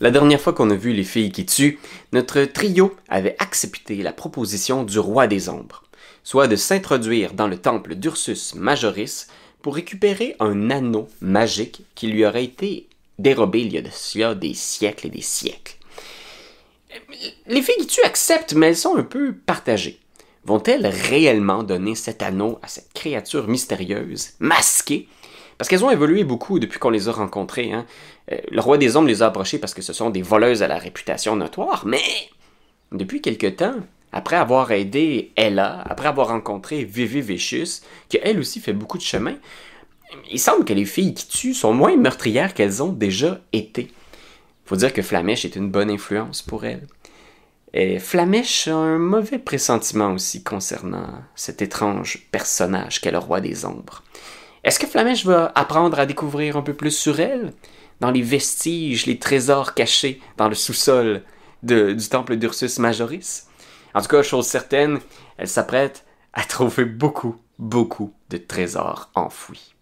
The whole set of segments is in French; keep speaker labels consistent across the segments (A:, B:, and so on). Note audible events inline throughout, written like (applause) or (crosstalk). A: La dernière fois qu'on a vu Les filles qui tuent, notre trio avait accepté la proposition du roi des ombres, soit de s'introduire dans le temple d'Ursus Majoris pour récupérer un anneau magique qui lui aurait été dérobé il y a de cela des siècles et des siècles. Les filles qui tuent acceptent, mais elles sont un peu partagées. Vont-elles réellement donner cet anneau à cette créature mystérieuse, masquée Parce qu'elles ont évolué beaucoup depuis qu'on les a rencontrées. hein. Euh, Le roi des hommes les a approchées parce que ce sont des voleuses à la réputation notoire, mais depuis quelque temps, après avoir aidé Ella, après avoir rencontré Vivi Vicious, qui elle aussi fait beaucoup de chemin, il semble que les filles qui tuent sont moins meurtrières qu'elles ont déjà été. Faut dire que Flamèche est une bonne influence pour elle. Et Flamèche a un mauvais pressentiment aussi concernant cet étrange personnage qu'est le roi des ombres. Est-ce que Flamèche va apprendre à découvrir un peu plus sur elle dans les vestiges, les trésors cachés dans le sous-sol de- du temple d'Ursus Majoris? En tout cas, chose certaine, elle s'apprête à trouver beaucoup, beaucoup de trésors enfouis.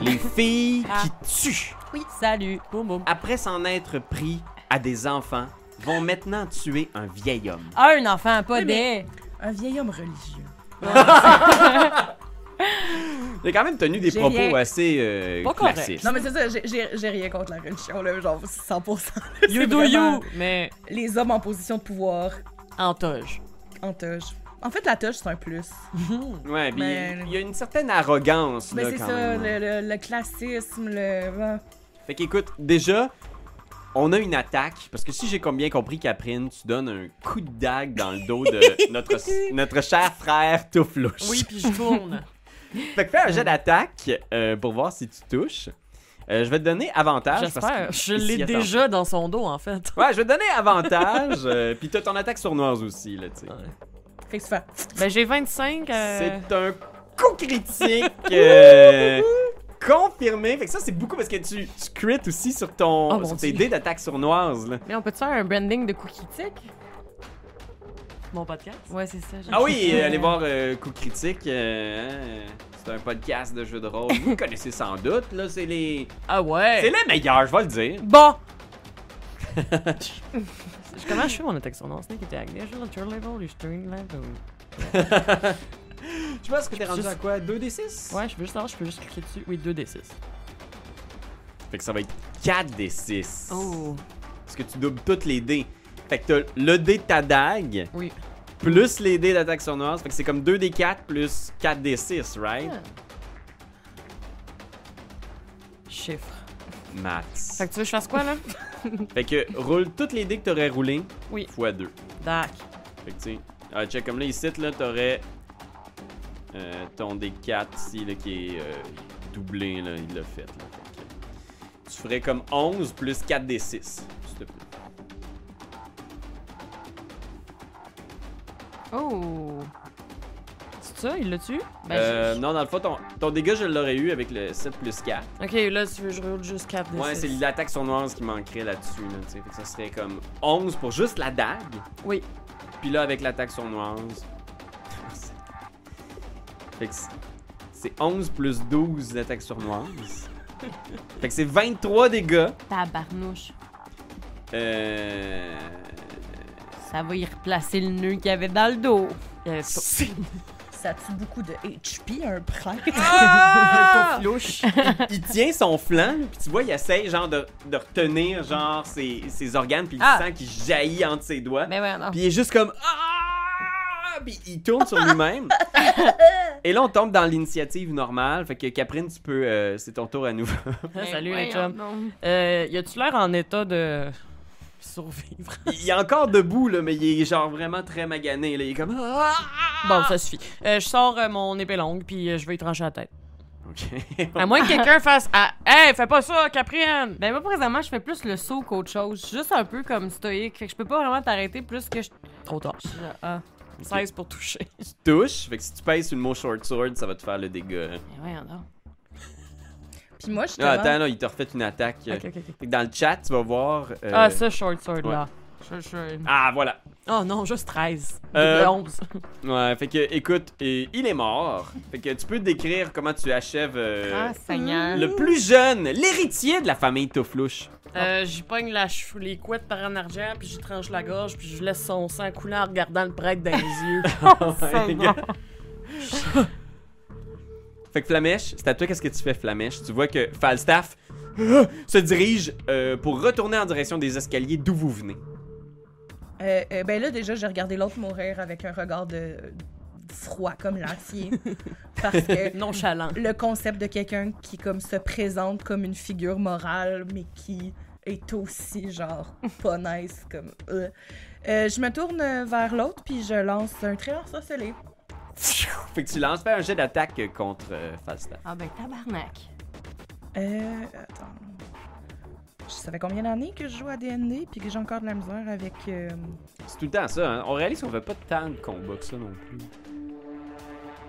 B: Les filles qui tuent,
C: Oui. Salut. Boum boum.
B: après s'en être pris à des enfants, vont maintenant tuer un vieil homme.
C: Un enfant, pas
D: Oui,
C: des. (laughs)
D: mais- Un vieil homme religieux.
B: J'ai quand même tenu des
C: J'ai
B: propos
C: rien.
B: assez euh,
C: Pas correct.
B: classistes.
D: Non, mais c'est ça, j'ai- j'ai j'ai rien contre la religion, là, genre 100%.
C: You
D: C'est
C: do
D: vraiment-
C: you. Mais
D: Les hommes en position de pouvoir
C: en toge.
D: en toge. En fait, la toge, c'est un plus.
B: Ouais, puis
D: Mais-
B: il y a une certaine arrogance
D: Mais
B: là
D: c'est
B: quand
D: ça,
B: même. hein.
D: le, le- le classisme, le.
B: Fait qu'écoute, déjà on a une attaque parce que si j'ai com- bien compris Caprine, tu donnes un coup de dague dans le dos de
C: (laughs)
B: notre notre cher frère Touflouche.
C: Oui, puis je (laughs) tourne.
B: (laughs) Fait que fais un jet d'attaque euh, pour voir si tu touches. Euh, je vais te donner avantage. parce
C: J'espère.
B: que-
C: Je
B: il s'y
C: l'ai
B: attend.
C: déjà dans son dos, en fait.
B: Ouais, je vais te donner avantage. euh, Puis t'as ton attaque sournoise aussi, là, tu sais.
D: Fait que tu fais.
C: (laughs) Ben, j'ai 25. euh,
B: C'est un coup critique euh, confirmé. Fait que ça, c'est beaucoup parce que tu, tu crit aussi sur, ton,
C: Oh, mon
B: sur tes
C: Dieu.
B: dés d'attaque sournoise. Là.
E: Mais on peut-tu faire un branding de cookie tic?
C: Mon podcast.
E: Ouais, c'est ça. j'ai-
B: Ah oui, (laughs) euh, allez voir euh, Coup Critique. euh, hein, c'est un podcast de jeux de rôle. Vous connaissez sans doute, là. C'est les,
C: Ah ouais.
B: c'est les meilleurs, je vais le dire. (laughs)
C: Bon! Je- Comment je fais mon attaque sur nom? Snake était agné, je suis level, je suis level.
B: Je pense que t'es rendu
C: Juste-
B: à quoi 2d6
C: Ouais, je veux juste savoir, je peux juste cliquer dessus. Oui, 2d6.
B: Fait que ça va être 4d6.
C: Oh.
B: Parce que tu doubles toutes les dés. Fait que t'as le dé de ta dague.
C: Oui.
B: Plus les dés d'attaque sournoise. Fait que c'est comme 2d4 plus 4d6, right?
C: Ah. Chiffre.
B: Max.
C: Fait que tu veux que je fasse quoi là?
B: Fait que roule toutes les dés que t'aurais roulé
C: Oui.
B: fois 2.
C: Dac.
B: Fait que tu sais, ah, check comme là ici là t'aurais euh, ton D4 ici là qui est euh, doublé là, il l'a fait là. Fait que tu ferais comme 11 plus 4 D6, s'il te plaît.
E: Oh.
C: C'est ça, il l'a tué?
E: Ben,
B: Euh,
E: je-
B: non, dans le fond ton, ton dégât je l'aurais eu avec le 7 plus 4.
C: Ok, là, tu veux que je roule juste 4d6.
B: Ouais, c'est l'attaque sournoise qui manquerait là-dessus là, tu sais. Fait que ça serait comme 11 pour juste la dague.
C: Oui.
B: Puis là, avec l'attaque sournoise. fait que c'est- c'est 11 plus 12 d'attaque sournoise. fait que c'est 23 dégâts.
E: Tabarnouche.
B: Euh.
E: Ça va y replacer le nœud qu'il y avait dans le dos.
C: Il y avait pas-
D: Ça tue beaucoup de HP, un prêtre.
B: Ah!
C: Louche.
B: il tient son flanc, là, puis tu vois, il essaie genre de, de retenir genre ses, ses organes, puis il
E: Ah!
B: sent qu'il jaillit entre ses doigts.
E: Mais ouais, non.
B: Puis il est juste comme ah! Puis il tourne sur
E: (laughs)
B: lui-même. Et là, on tombe dans l'initiative normale. Fait que Caprine, tu peux. euh, c'est ton tour à nouveau.
E: Ben,
C: (laughs) Salut, les
E: voyons
C: chums.
E: donc.
C: Euh, y a-tu l'air en état de survivre?
B: il est encore debout, là, mais il est genre vraiment très magané. Là. Il est comme ah!
C: Bon, ça suffit. Euh, je sors euh, mon épée longue, puis euh, je vais y trancher la tête.
B: Ok. (laughs)
C: À moins que quelqu'un fasse. Ah, hey, fais pas ça, Capriane!
E: Ben, moi, présentement, je fais plus le saut qu'autre chose. Je suis Juste un peu comme stoïque. Fait que je peux pas vraiment t'arrêter plus que je.
C: Trop tard.
E: Ah.
C: 16 pour toucher.
B: tu
E: Ben,
B: touches. Fait que si tu pèses sur le mot short sword, ça va te faire le dégât.
E: Mais voyons donc.
D: (laughs) Puis moi, je
B: Ah, attends, là, il t'a refait une attaque. euh.
F: Ok, ok, ok.
B: Fait que Dans le chat, tu vas voir. euh,
F: Ah, ce short sword
B: ouais.
F: là.
G: Je, je...
B: Ah, voilà.
F: Oh non, juste 13.
B: Euh,
F: Euh... 11.
B: Ouais, fait que, écoute, et il est mort. Fait que tu peux décrire comment tu achèves euh,
G: Ah, Seigneur.
B: le plus jeune, l'héritier de la famille Touflouche.
C: Euh, j'y pogne la cheveux, les couettes par en arrière, puis j'y tranche la gorge, puis je laisse son sang couler en regardant le prêtre dans les yeux.
F: (laughs)
B: Ouais, gars. fait que Flamèche, c'est à toi qu'est-ce que tu fais, Flamèche. Tu vois que Falstaff ah, se dirige euh, pour retourner en direction des escaliers d'où vous venez.
D: Euh, euh, ben là, déjà, j'ai regardé l'autre mourir avec un regard de froid
B: (laughs)
D: comme l'acier. parce que
F: Nonchalant.
D: le concept de quelqu'un qui comme se présente comme une figure morale, mais qui est aussi genre pas nice comme. euh. Euh, je me tourne vers l'autre puis je lance un trait ensorcelé.
B: Fait que tu lances, fais un jet d'attaque euh, contre euh, Falstaff.
G: Ah, ben, tabarnak.
D: Euh, attends. Je savais combien d'années que je joue à D&D puis que j'ai encore de la misère avec. euh,
B: C'est tout le temps ça, hein. On réalise qu'on fait pas tant de combats que ça non plus.
G: Moi,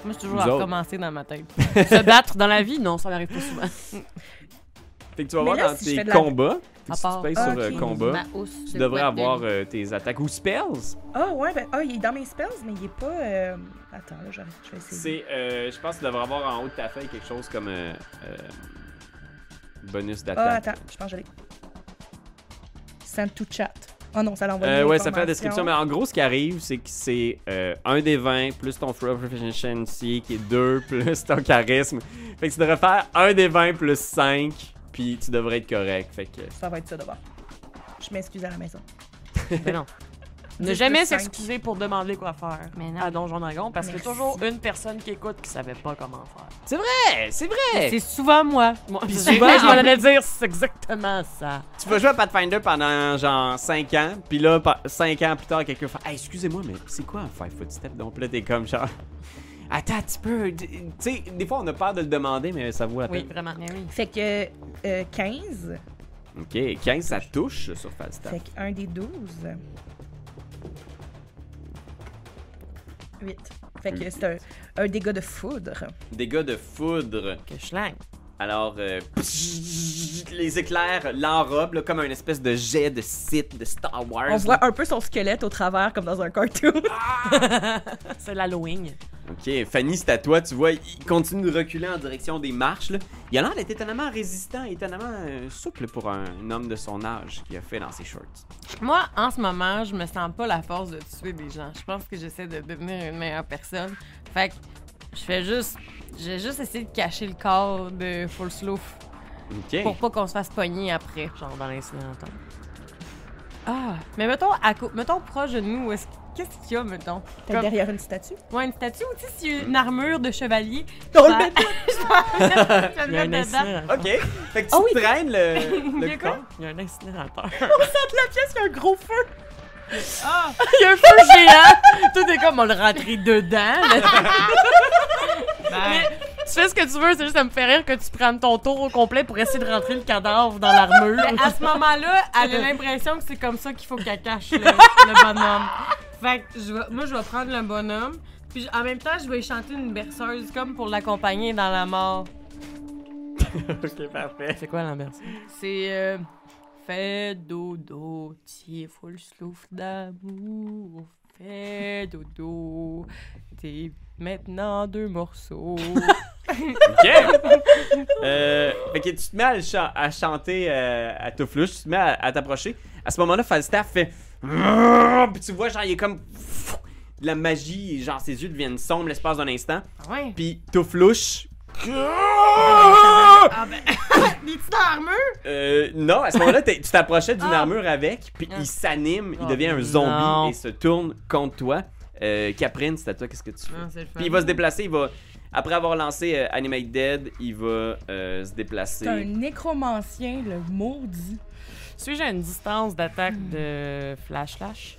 G: je suis
B: Nous
G: toujours à
B: autres.
G: recommencer dans ma tête.
F: (laughs) Se battre dans la vie, non, ça m'arrive pas souvent.
B: Fait que tu vas
D: Mais
B: voir
D: là,
B: dans
D: si je
B: tes
D: fais de la-
B: combats,
G: À
B: si tu
G: part-
B: payes
D: Ah,
B: sur euh,
D: ok.
B: combat,
G: Ma housse,
B: tu
G: de
B: devrais
G: quoi
B: avoir
G: de-
B: euh, tes attaques ou spells.
D: Ah ouais, ben ah, il est dans mes spells, mais il est pas. euh, Attends, là, j'arrive, je vais essayer.
B: C'est, euh, je pense que tu devrais avoir en haut de ta feuille quelque chose comme euh, euh, bonus
D: Ah,
B: d'attaque.
D: attends, je pense que je l'ai. Send to chat. Ah non, ça l'envoie.
B: Euh,
D: une
B: ouais, ça fait la description,
D: information.
B: mais en gros, ce qui arrive, c'est que c'est euh, un des 20 plus ton Throw Proficiency qui est 2 (laughs) plus ton charisme. Fait que tu devrais faire un des 20 plus 5, puis tu devrais être correct. Fait que.
D: Ça va être ça d'abord. Je m'excuse à la maison.
F: Mais non. Ne
D: Dix
F: jamais
D: plus cinq.
F: s'excuser pour demander quoi faire
G: Mais non.
F: à Donjon Dragon parce qu'il y a
D: Merci.
F: toujours une personne qui écoute qui savait pas comment faire.
B: Hey, Eh, c'est vrai!
G: C'est souvent moi.
F: Moi,
G: Puis
F: souvent,
G: j'ai-
F: je m'en allais dire c'est exactement ça.
B: Tu vas jouer à Pathfinder pendant genre 5 ans, puis là, 5 ans plus tard, quelqu'un fait Hey, excusez-moi, mais c'est quoi un 5 foot step Donc là, t'es comme genre. (laughs) Attends, tu peux. Tu sais, des fois, on a peur de le demander, mais ça vaut la
F: Oui,
B: peine.
F: vraiment.
G: Mais (laughs) oui.
D: Fait que euh, 15,
B: Ok, 15, ça touche sur Falstaff.
D: fait que 1 des 12. 8. Fait que c'est un, un dégât de foudre.
B: Dégâts de foudre.
F: Que schlang.
B: Alors, euh, les éclairs l'enrobent là, comme un espèce de jet de site de Star Wars.
D: On voit un peu son squelette au travers, comme dans
B: (laughs)
D: un cartoon.
F: C'est l'Halloween.
B: Ok, Fanny, c'est à toi. Tu vois, il continue de reculer en direction des marches. Là. Il a l'air d'être étonnamment résistant, étonnamment euh, souple pour un, homme de son âge qui a fait dans ses shorts.
G: Moi, en ce moment, je me sens pas la force de tuer des gens. Je pense que j'essaie de devenir une meilleure personne. Fait que je fais juste. J'ai juste essayé de cacher le corps de Full Sloof
B: Ok.
G: pour pas qu'on se fasse pogner après.
F: Genre dans l'incinérateur.
G: Ah! Mais mettons, à co- mettons proche de nous, est-ce- qu'est-ce qu'il y a, mettons?
D: T'es
G: Comme-
D: derrière une statue.
G: Ouais, une statue ou tu sais, s'il y a une armure de chevalier.
D: Dans
G: bah-
D: le bête.
G: (laughs) Tu vas
F: Il
G: me
F: y a un
G: mettre dedans.
F: incinérateur.
B: Ok. Fait que tu
D: Ah oui.
B: traînes
G: (laughs)
B: le,
G: Il y
B: le
G: a quoi?
B: corps.
F: Il y a un
G: (laughs)
F: incinérateur.
D: Qu'est-ce qu'il y a un gros
F: (laughs)
D: feu?
G: Ah!
F: Il y a un feu géant. Tout est comme on le rentrait dedans.
G: (laughs)
F: là.
G: Ben,
F: tu fais ce que tu veux, c'est juste ça me fait rire que tu prennes ton tour au complet pour essayer de rentrer le cadavre dans
G: (laughs)
F: l'armure.
G: à ce moment-là,
B: (laughs)
G: elle a l'impression que c'est comme ça qu'il faut qu'elle cache le, le bonhomme. Fait que je vais- moi, je vais prendre le bonhomme. Puis en même temps, je vais chanter une berceuse comme pour l'accompagner dans la mort.
B: (laughs) ok, parfait.
F: C'est quoi l'inverse?
G: C'est. euh, Fais dodo, t'es full souffle d'amour. Fais dodo, t'es maintenant deux morceaux.
B: Ok. euh, fait que tu te mets à, le chan- à chanter euh, à Touflouche, tu te mets à, à t'approcher. À ce moment-là, Falstaff fait. (laughs) Puis tu vois, genre, il est comme. (laughs) De la magie, genre, ses yeux deviennent sombres l'espace d'un instant.
G: Ah ouais.
B: Puis
G: (laughs)
B: Touflouche. (laughs)
G: Ah ben. (laughs) Des dans armure?
B: Euh, non, à ce moment-là, t'es- tu t'approchais d'une
G: Ah.
B: armure avec, puis il s'anime, il
G: Ah,
B: devient un zombie
F: non.
B: et se tourne contre toi. Euh, Caprine, c'est à toi, qu'est-ce que tu fais?
G: Non, Ah, c'est le fun.
B: Puis il va se déplacer, il va. Après avoir lancé euh, Animate Dead, il va euh, se déplacer.
D: C'est un nécromancien, le maudit.
F: Suis-je à une distance d'attaque de Flash Flash?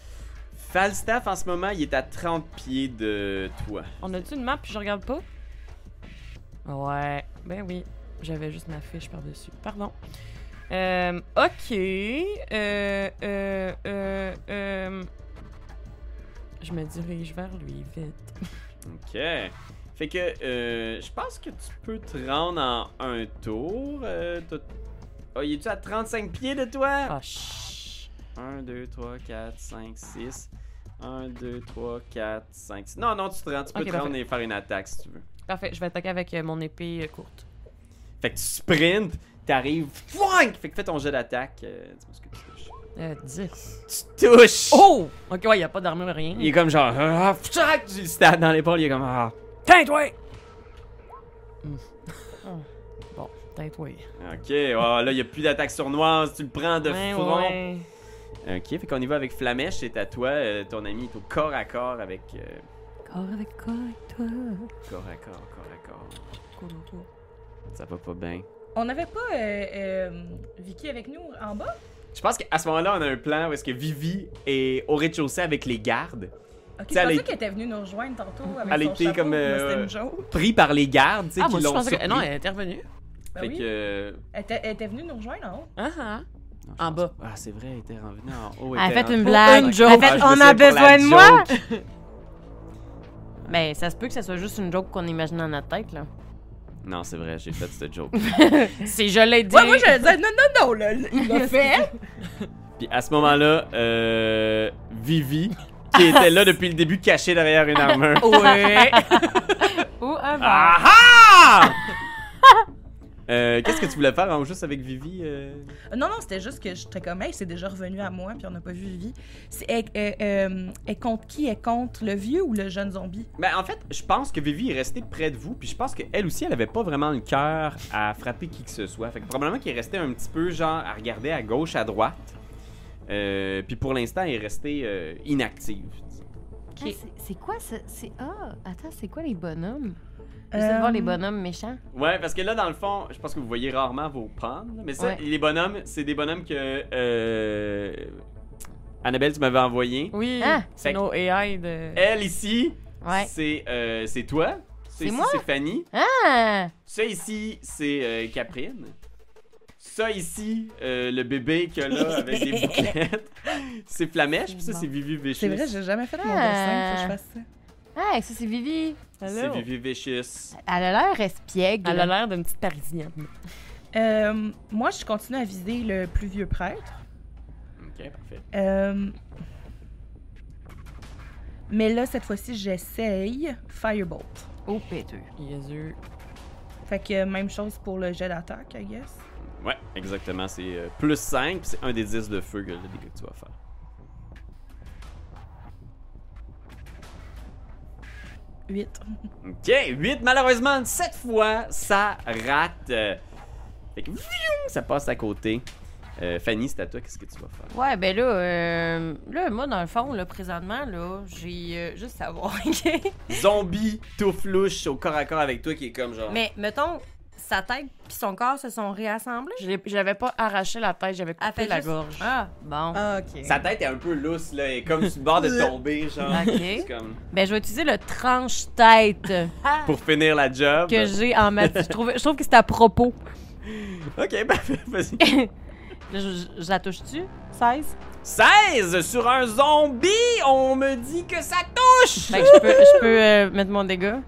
B: Falstaff, en ce moment, il est à 30 pieds de toi.
F: On a-tu une map puis je regarde pas? Ouais, ben oui. J'avais juste ma fiche par-dessus. Pardon. Euh, ok. Euh, euh, euh, euh. Je me dirige vers lui, vite.
B: Ok. Fait que euh, je pense que tu peux te rendre en un tour. Euh, t'as- oh, il est-tu à 35 pieds de toi?
F: Ah, chut.
B: 1, 2, 3, 4, 5, 6. 1, 2, 3, 4, 5, 6. Non, non, tu te rends. Tu peux
F: Ok,
B: te
F: parfait.
B: rendre et faire une attaque si tu veux.
F: Parfait, je vais attaquer avec euh, mon épée euh, courte.
B: Fait que tu sprintes, t'arrives. Fouin! Fait que fais ton jet d'attaque. euh, dis-moi ce que tu touches.
F: Euh, 10.
B: Tu touches!
F: Oh! Ok, ouais, y a pas d'armure, rien.
B: Il est comme genre. Ah, ah, tu le stabs dans l'épaule, il est comme. Ah, Tiens, toi!
F: Mm. (laughs) Bon, peut-être oui.
B: Ok, oh, là, il n'y a plus d'attaque sournoise, tu le prends de
F: Ouais,
B: front.
F: ouais.
B: Ok, Euh, fait qu'on y va avec Flamèche, c'est à toi. euh, ton ami est au corps à corps avec. euh,
F: Corps avec corps avec toi.
B: corps à corps, corps à corps.
F: Corps avec corps.
B: Ça va pas bien.
D: On n'avait pas euh, euh, Vicky avec nous en bas?
B: Je pense qu'à ce moment-là, on a un plan où est-ce que Vivi est au rez-de-chaussée avec les gardes. Tu
D: Ok, je
B: sais, elle
D: pensais
B: est-
D: qu'elle était venue nous rejoindre tantôt avec
B: Elle
D: son
B: était
D: chapeau,
B: comme,
D: mais
B: euh,
D: c'était une joke.
B: Pris par les gardes, tu sais,
F: Ah,
B: qui
F: moi, je
B: l'ont
F: pensais que.
B: surpris.
F: Non, elle est intervenue.
D: Ben
B: Fait
D: oui.
B: que... euh,
D: Elle, était, elle était venue nous rejoindre en haut.
F: Ah, ah.
B: non, je
F: En
B: pense-
F: bas.
B: Ah, c'est vrai, elle était revenue en haut.
G: Elle a
B: était
G: fait
B: en-
G: une blague.
F: une
G: Elle
F: joke.
G: a
B: Ah,
G: fait
B: je
G: On
B: me
G: a
B: sais pour la
G: besoin de moi.
B: joke.
G: Ben, ça se peut que ça soit juste une joke qu'on imagine dans notre tête, là.
B: Non, c'est vrai, j'ai fait cette joke.
C: C'est je l'ai dit.
D: Ouais, moi j'allais dire non, non, non, là, il (laughs) l'a fait.
B: Puis à ce moment-là, euh, Vivi, qui était là depuis le début, cachée derrière une armure.
C: Ouais.
G: Ou un verre.
B: Ah ah! (laughs) Euh, Qu'est-ce que tu voulais faire en juste avec Vivi? euh?
D: non, non, c'était juste que j'étais comme, hey, c'est déjà revenu à moi, puis on n'a pas vu Vivi. C'est- Elle, elle- euh, elle compte qui Elle compte le vieux ou le jeune zombie
B: Ben, en fait, je pense que Vivi est restée près de vous, puis je pense qu'elle aussi, elle avait pas vraiment le cœur à frapper qui que ce soit. Fait que probablement qu'elle est restée un petit peu, genre, à regarder à gauche, à droite. Euh, puis pour l'instant, elle est restée euh, inactive.
G: Ah, c'est- C'est quoi ça? C'est. Ah! Attends, c'est quoi les bonhommes? Je
D: Euh,
G: sais voir les bonhommes méchants.
B: Ouais, parce que là, dans le fond, je pense que vous voyez rarement vos pommes. là. Mais ça,
G: Ouais.
B: les bonhommes, c'est des bonhommes que. euh, Annabelle, tu m'avais envoyé.
F: (laughs) Oui,
G: Ah.
F: c'est
B: Fait que- Eh,
F: nos AI de.
B: Elle ici,
G: Ouais.
B: c'est euh, c'est toi. C'est
G: C'est
B: ici,
G: moi?
B: c'est Fanny.
G: Ah!
B: Ça ici, c'est euh, Caprine. Ça ici, euh, le bébé que là avec des bouclettes. C'est Flamèche, puis ça c'est Vivi Vicious.
D: C'est vrai, j'ai jamais fait mon
G: Ah.
D: dessin, faut que je fasse ça.
G: Ah, ça, c'est Vivi.
B: C'est
F: Allô?
B: Vivi Vicious.
G: Elle a l'air espiègle.
F: Elle a l'air d'une petite parisienne.
D: Euh, moi, je continue à viser le plus vieux prêtre.
B: Ok, parfait.
D: Euh, Mais là, cette fois-ci, j'essaye Firebolt.
G: Oh, péteux.
F: Jésus.
D: Fait que euh, même chose pour le jet d'attaque, I guess.
B: Ouais, exactement. C'est euh, plus 5, puis c'est un des 10 de feu que le dégât que tu vas faire.
D: Huit.
B: Ok, 8 malheureusement, cette fois, ça rate. Euh, Fait que vioum, ça passe à côté. Euh, Fanny, c'est à toi, qu'est-ce que tu vas faire?
C: Ouais, ben là, euh, là, moi, dans le fond, là, présentement, là, j'ai euh, juste à
G: (laughs)
C: voir, OK?
B: Zombie, touflouche au corps à corps avec toi qui est comme genre.
G: Mais mettons, sa tête puis son corps se sont réassemblés.
C: Je l'ai- J'avais pas arraché la tête, j'avais
G: Elle
C: coupé
G: fait
C: la
G: juste-
C: gorge.
G: Ah, bon.
D: Ah, ok.
B: Sa tête est un peu lousse, là, elle est comme sur le bord de tomber, genre.
C: Ok.
B: C'est comme-
C: Ben, je vais utiliser le tranche-tête
B: Pour finir la job.
C: que j'ai en ma... Je trouve, je trouve que c'est à propos.
B: Ok, parfait, vas-y.
C: Là, je, je la touche-tu? 16?
B: 16 sur un zombie, on me dit que ça touche!
C: Fait
G: Ben-
C: que je peux, je peux euh, mettre mon dégât.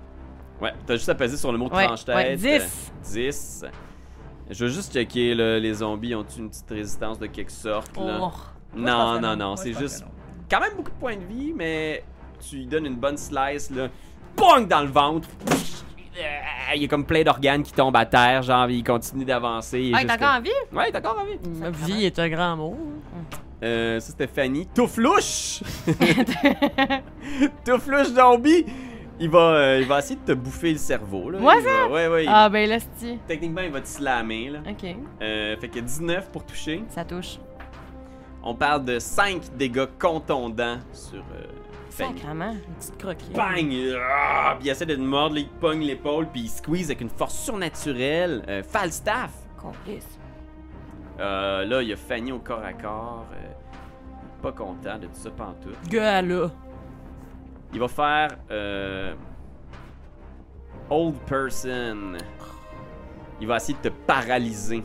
B: Ouais, t'as juste à peser sur le mot
C: Ouais,
B: tranche-tête.
C: ouais, 10.
B: 10. Je veux juste checker, là, les zombies ont-tu une petite résistance de quelque sorte, là?
C: Oh.
D: Moi, je pense
B: non,
D: que
B: non, non,
D: Moi, je
B: c'est
D: pense que
B: juste
D: non.
B: quand même beaucoup de points de vie, mais tu lui donnes une bonne slice, là. Pong dans le ventre! Euh, Il y a comme plein d'organes qui tombent à terre, genre, il continue d'avancer. il est
G: Ah,
B: juste
G: t'as encore envie?
B: comme- Ouais, t'as encore envie.
F: Ma vie est un grand mot. hein.
B: Euh, ça, c'était Fanny. (laughs) Touflouche! Touflouche zombie! Il va, euh, il va essayer de te bouffer le cerveau, là.
G: Moi,
B: Il va- Ouais, ouais. il-
G: Ah, ben là, c'est-tu.
B: Techniquement, il va te slammer, là.
G: Ok,
B: Euh, fait que 19 pour toucher.
G: ça touche.
B: On parle de 5 dégâts contondants sur euh, Fanny.
G: Sacrement.
F: Petite croquette.
B: Bang! Ah! Puis il essaie de te mordre, là, il te pogne l'épaule, puis il squeeze avec une force surnaturelle. Euh, Falstaff!
G: Complice.
B: Euh, là, il y a Fanny au corps à corps. euh, pas content de tout ça, pantoute.
F: Gueule, là.
B: Il va faire. euh, old Person. Il va essayer de te paralyser.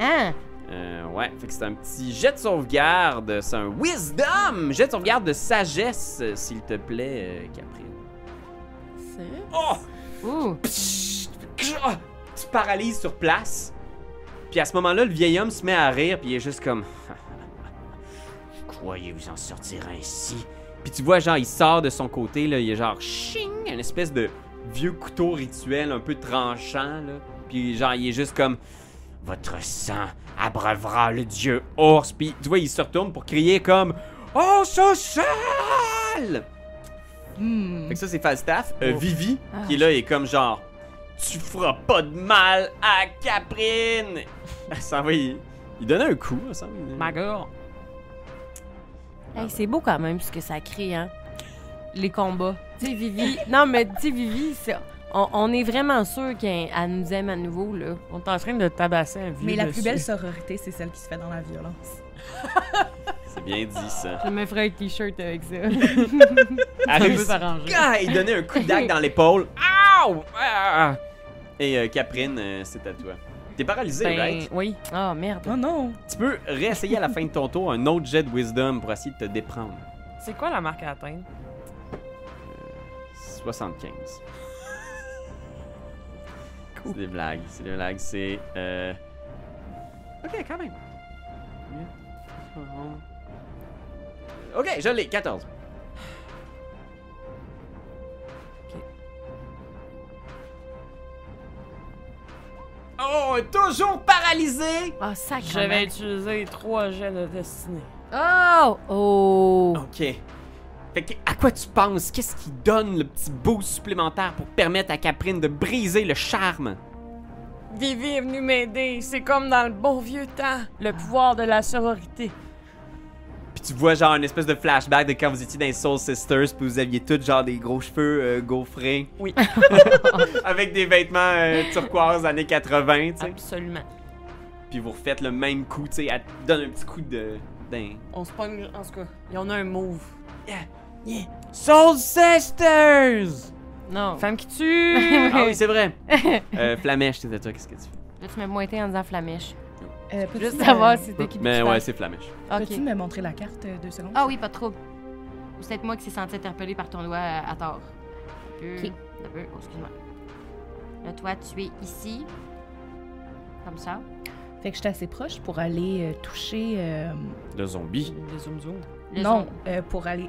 G: Hein?
B: Euh, ouais, fait que c'est un petit jet de sauvegarde. C'est un Wisdom! Jet de euh, sauvegarde de sagesse, s'il te plaît, euh, Caprine.
F: C'est.
B: Oh!
G: Ouh.
B: Pshhh! Ah! se paralyse sur place. Puis à ce moment-là, le vieil homme se met à rire, puis il est juste comme. Croyez vous en sortir ainsi? Puis tu vois, genre, il sort de son côté, là, il est genre ching, une espèce de vieux couteau rituel un peu tranchant, là. Puis genre, il est juste comme. Votre sang abreuvera le dieu ours. Puis tu vois, il se retourne pour crier comme. Oh, so sale!
D: Hmm.
B: Fait que ça, c'est Falstaff. Euh, Vivi, qui est là, est comme genre Tu feras pas de mal à Caprine! (laughs) Elle s'en va, il, il donnait un coup, elle s'en va, il-
F: Ma gueule.
G: Hey, c'est beau quand même ce que ça crée, hein? Les combats. Tu
B: (laughs)
G: sais, Vivi. Non, mais tu sais, Vivi, c'est- on, on est vraiment sûr qu'elle elle nous aime à nouveau, là.
C: On est en train de tabasser un vieux
D: Mais la
C: dessus.
D: plus belle sororité, c'est celle qui se fait dans la violence.
B: C'est bien dit, ça.
G: Je me ferai un t-shirt avec ça.
B: Arrive
C: s'arranger.
B: Ah, il donnait un coup de dague dans l'épaule. Aouh! Ah! Et euh, Caprine, euh, c'est à toi. T'es paralysé,
F: Ben,
B: right?
F: oui.
G: Ah, merde.
D: Oh non!
B: Tu peux réessayer à la fin de ton tour un autre jet de wisdom pour essayer de te déprendre.
F: C'est quoi la marque à atteindre?
B: 75. C'est des blagues, c'est des blagues, c'est. Euh... Ok, quand même. Ok, je l'ai, 14. Oh, toujours paralysé!
G: Ah, sacré.
C: Je vais utiliser trois jets de destinée.
G: Oh! Oh!
B: Ok. Fait que, à quoi tu penses? Qu'est-ce qui donne le petit boost supplémentaire pour permettre à Caprine de briser le charme?
C: Vivi est venue m'aider. C'est comme dans le bon vieux temps. Le pouvoir de la sororité.
B: Puis tu vois genre une espèce de flashback de quand vous étiez dans les Soul Sisters, puis vous aviez toutes genre des gros cheveux euh, gaufrés.
C: Oui.
B: (laughs) Avec des vêtements euh, turquoise années 80, tu sais.
G: Absolument.
B: Puis vous refaites le même coup, tu sais, elle te donne un petit coup de... d'un...
C: On se pogne, en tout cas. Il y en a un move.
B: Soul Sisters!
G: Non.
F: Femme qui
C: (laughs)
F: tue!
B: Ah oui, c'est vrai. euh, Flamèche, c'était toi, qu'est-ce que tu fais?
G: Là, tu m'as pointé en disant flamèche.
D: Euh, peux-tu
G: Juste
D: me-
G: savoir si c'était qui le
B: Mais
G: tuteur.
B: Ben ouais, c'est Flamèche.
G: Ok.
D: Peux-tu me montrer la carte euh, deux secondes?
H: Ah oui, pas trop. Ou c'est peut-être moi qui s'est senti interpellé par ton doigt euh, à, à tort. Un peu.
G: Ok.
H: Un peu. Oh, excuse-moi. Là, toi, tu es ici. Comme ça.
D: Fait que j'étais assez proche pour aller euh, toucher. euh,
B: Le zombie.
C: Des zoom zoom.
H: Le
D: Non,
H: zombie.
D: euh, pour aller.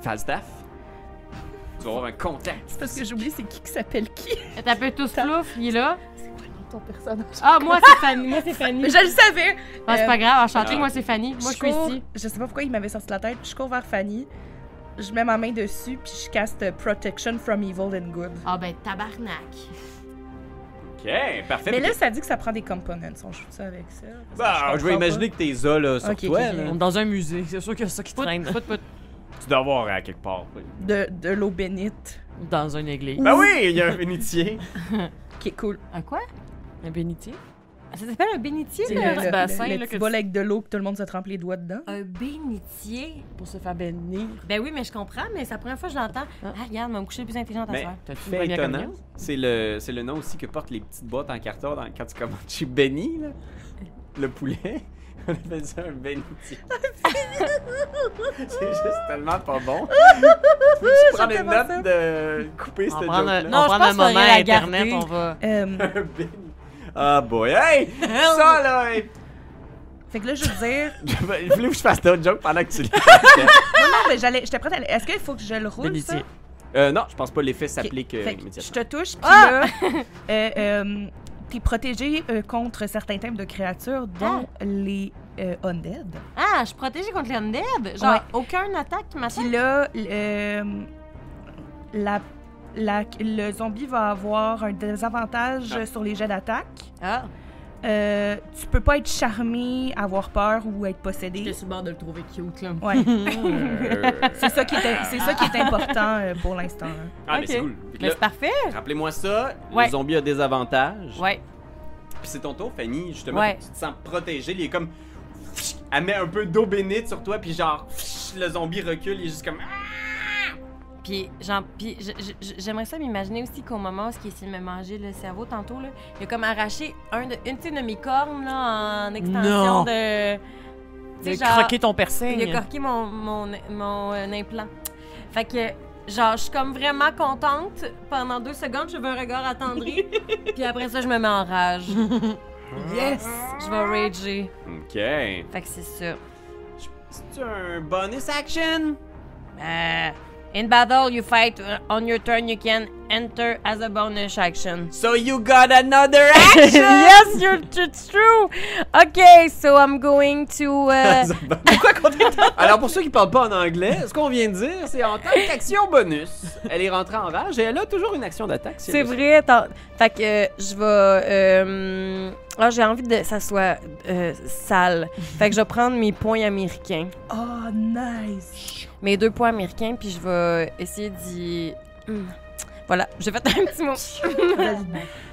B: Falstaff. Tu vas avoir un contact.
D: C'est parce que j'oublie c'est qui qui s'appelle qui.
H: T'as un peu tous flouf, il est là.
D: Ton personnage.
H: Ah, moi, c'est Fanny. Moi, c'est
G: (laughs)
H: Fanny.
D: Je le savais!
H: Ah, c'est pas grave, enchanté,
B: Ah.
H: moi, c'est Fanny. Moi, je suis
D: cours-
C: Euh.
H: ici.
D: Je sais pas pourquoi il m'avait sorti de la tête. Je cours vers Fanny. Je mets ma main dessus puis je caste euh, Protection from Evil and Good.
H: Ah, ben, tabarnak.
B: Ok, parfait.
D: Mais là, ça dit que ça prend des components. On joue ça avec ça. Parce que
B: Bah, je,
D: comprends
B: vais
D: pas.
B: imaginer que tes os, là, sur
D: Ok,
B: toi,
D: ok,
B: là.
D: ok.
C: On est dans un musée. C'est sûr qu'il y a ça qui traîne.
B: Tu dois avoir à quelque part. oui.
D: De, de l'eau bénite.
C: Dans une église.
B: Ben oui, il y
D: (laughs)
B: a un bénitier.
D: Qui est cool.
G: Un quoi?
C: Un bénitier.
G: Ça s'appelle un bénitier,
D: C'est
G: là? Ah.
C: le- petit bassin,
D: le
C: là,
D: petit
C: que
D: bol
C: tu-
D: avec de l'eau que tout le monde se trempe les doigts dedans.
G: Un bénitier?
C: Pour se faire bénir.
G: Ben oui, mais je comprends, mais c'est la première fois que je l'entends. Ah, regarde, on va me coucher plus intelligente à
B: Mais-
G: soir.
C: T'as-tu
B: Fait
C: première
B: étonnant.
C: communion?
B: C'est le, c'est le nom aussi que portent les petites bottes en carton dans- quand tu commandes chez Benny, là. Le poulet. (laughs) On appelle ça un
D: (laughs)
B: bénitier. (laughs) c'est juste tellement pas
D: (laughs)
B: bon. Peux-tu prendre une
D: tellement
B: note de couper cette
C: On prend
B: joke-là?
C: un,
G: Non,
C: on
G: je
C: prend
G: pense
C: un
G: qu'il
C: moment
G: faudrait
C: à
G: la
C: Internet,
G: garder.
C: on (laughs) va...
D: Euh,
B: (laughs) Un béni. Ah boy,
D: (laughs)
B: hey! Ça là! hey!
D: fait que là, je veux dire.
B: (laughs) Je voulais que je fasse d'autres jokes pendant que tu lis.
D: non, non, Ah, mais j'allais. J'étais prête à. aller- Est-ce qu'il faut que je le roule, ça?
C: Bénitier.
B: (laughs) Euh, non, je pense pas l'effet s'applique euh,
D: Fait que je
B: immédiatement.
D: te touche, puis là, euh, euh, t'es protégé euh, contre certains types de créatures, dont les euh, undead.
G: Ah, je suis protégée contre les undead? Genre,
D: Ouais.
G: aucune attaque qui m'attaque?
D: Puis là, euh, la, la- le zombie va avoir un désavantage
B: Ah.
D: sur les jets d'attaque.
G: Ah,
D: Euh, tu peux pas être charmé, avoir peur ou être possédé.
C: sur le bord de le trouver cute, là.
D: Ouais,
G: (laughs)
B: Euh,
D: c'est ça qui est, c'est ça qui est important euh, pour l'instant. hein.
B: Ah, mais
G: Ok.
B: c'est cool. Fait que
G: mais
B: là,
G: c'est parfait.
B: Rappelez-moi ça,
G: Ouais.
B: le zombie a des avantages.
G: Ouais.
B: Puis c'est ton tour, Fanny, justement,
G: Ouais.
B: tu te sens protégé. Il est comme. Elle met un peu d'eau bénite sur toi, puis genre. Le zombie recule, il est juste comme. ah!
G: Puis, genre, puis je- je- je- j'aimerais ça m'imaginer aussi qu'au moment où ce qui essayait de me manger le cerveau tantôt, là, il a comme arraché un de, une tu sais, de mes cornes là, en extension
C: Non.
G: de.
C: De
G: Tu sais, genre,
C: croquer ton piercing.
G: il a corqué mon, mon, mon, euh, implant. Fait que Genre, je suis comme vraiment contente. Pendant deux secondes, je veux un regard attendri. puis après ça, je me mets en rage. yes! Je vais rager.
B: Ok.
H: Fait que c'est ça.
B: C'est un bonus action.
H: Euh, in battle, you fight. Uh, On your turn, you can enter as a bonus action.
B: So you got another action.
H: yes, you're, it's true. Okay, so I'm going to. Uh,
B: Alors pour ceux qui parlent pas en anglais, ce qu'on vient de dire, c'est en tant qu'action bonus, elle est rentrée en rage et elle a toujours une action d'attaque. si
H: c'est
B: elle le
H: vrai. t'as- Fait que euh, je vais. euh, ah, j'ai envie de ça soit euh, (laughs) sale. Fait que je vais prendre mes points américains,
D: Oh, nice!
H: mes deux points américains, puis je vais essayer d'y. Hmm. Voilà, j'ai fait un petit (laughs) mot.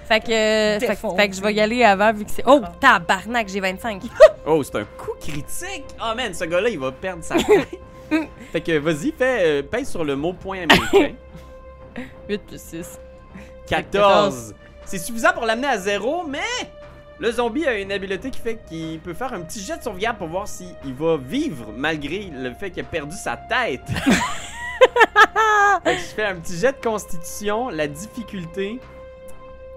H: Fait que, fait,
D: Défoncé.
H: fait que je vais y aller avant vu que c'est. Oh, tabarnak, j'ai (laughs) 25.
B: sait. Oh, c'est un coup critique. Oh man, ce gars-là, il va perdre sa tête.
H: (laughs)
B: fait que vas-y, fais euh, pèse sur le mot point américain.
H: 8 plus 6.
B: 14. C'est suffisant pour l'amener à zéro, mais le zombie a une habileté qui fait qu'il peut faire un petit jet de sauvegarde pour voir s'il va vivre malgré le fait qu'il a perdu sa (laughs) tête. Fait que je fais un petit jet de constitution. La difficulté,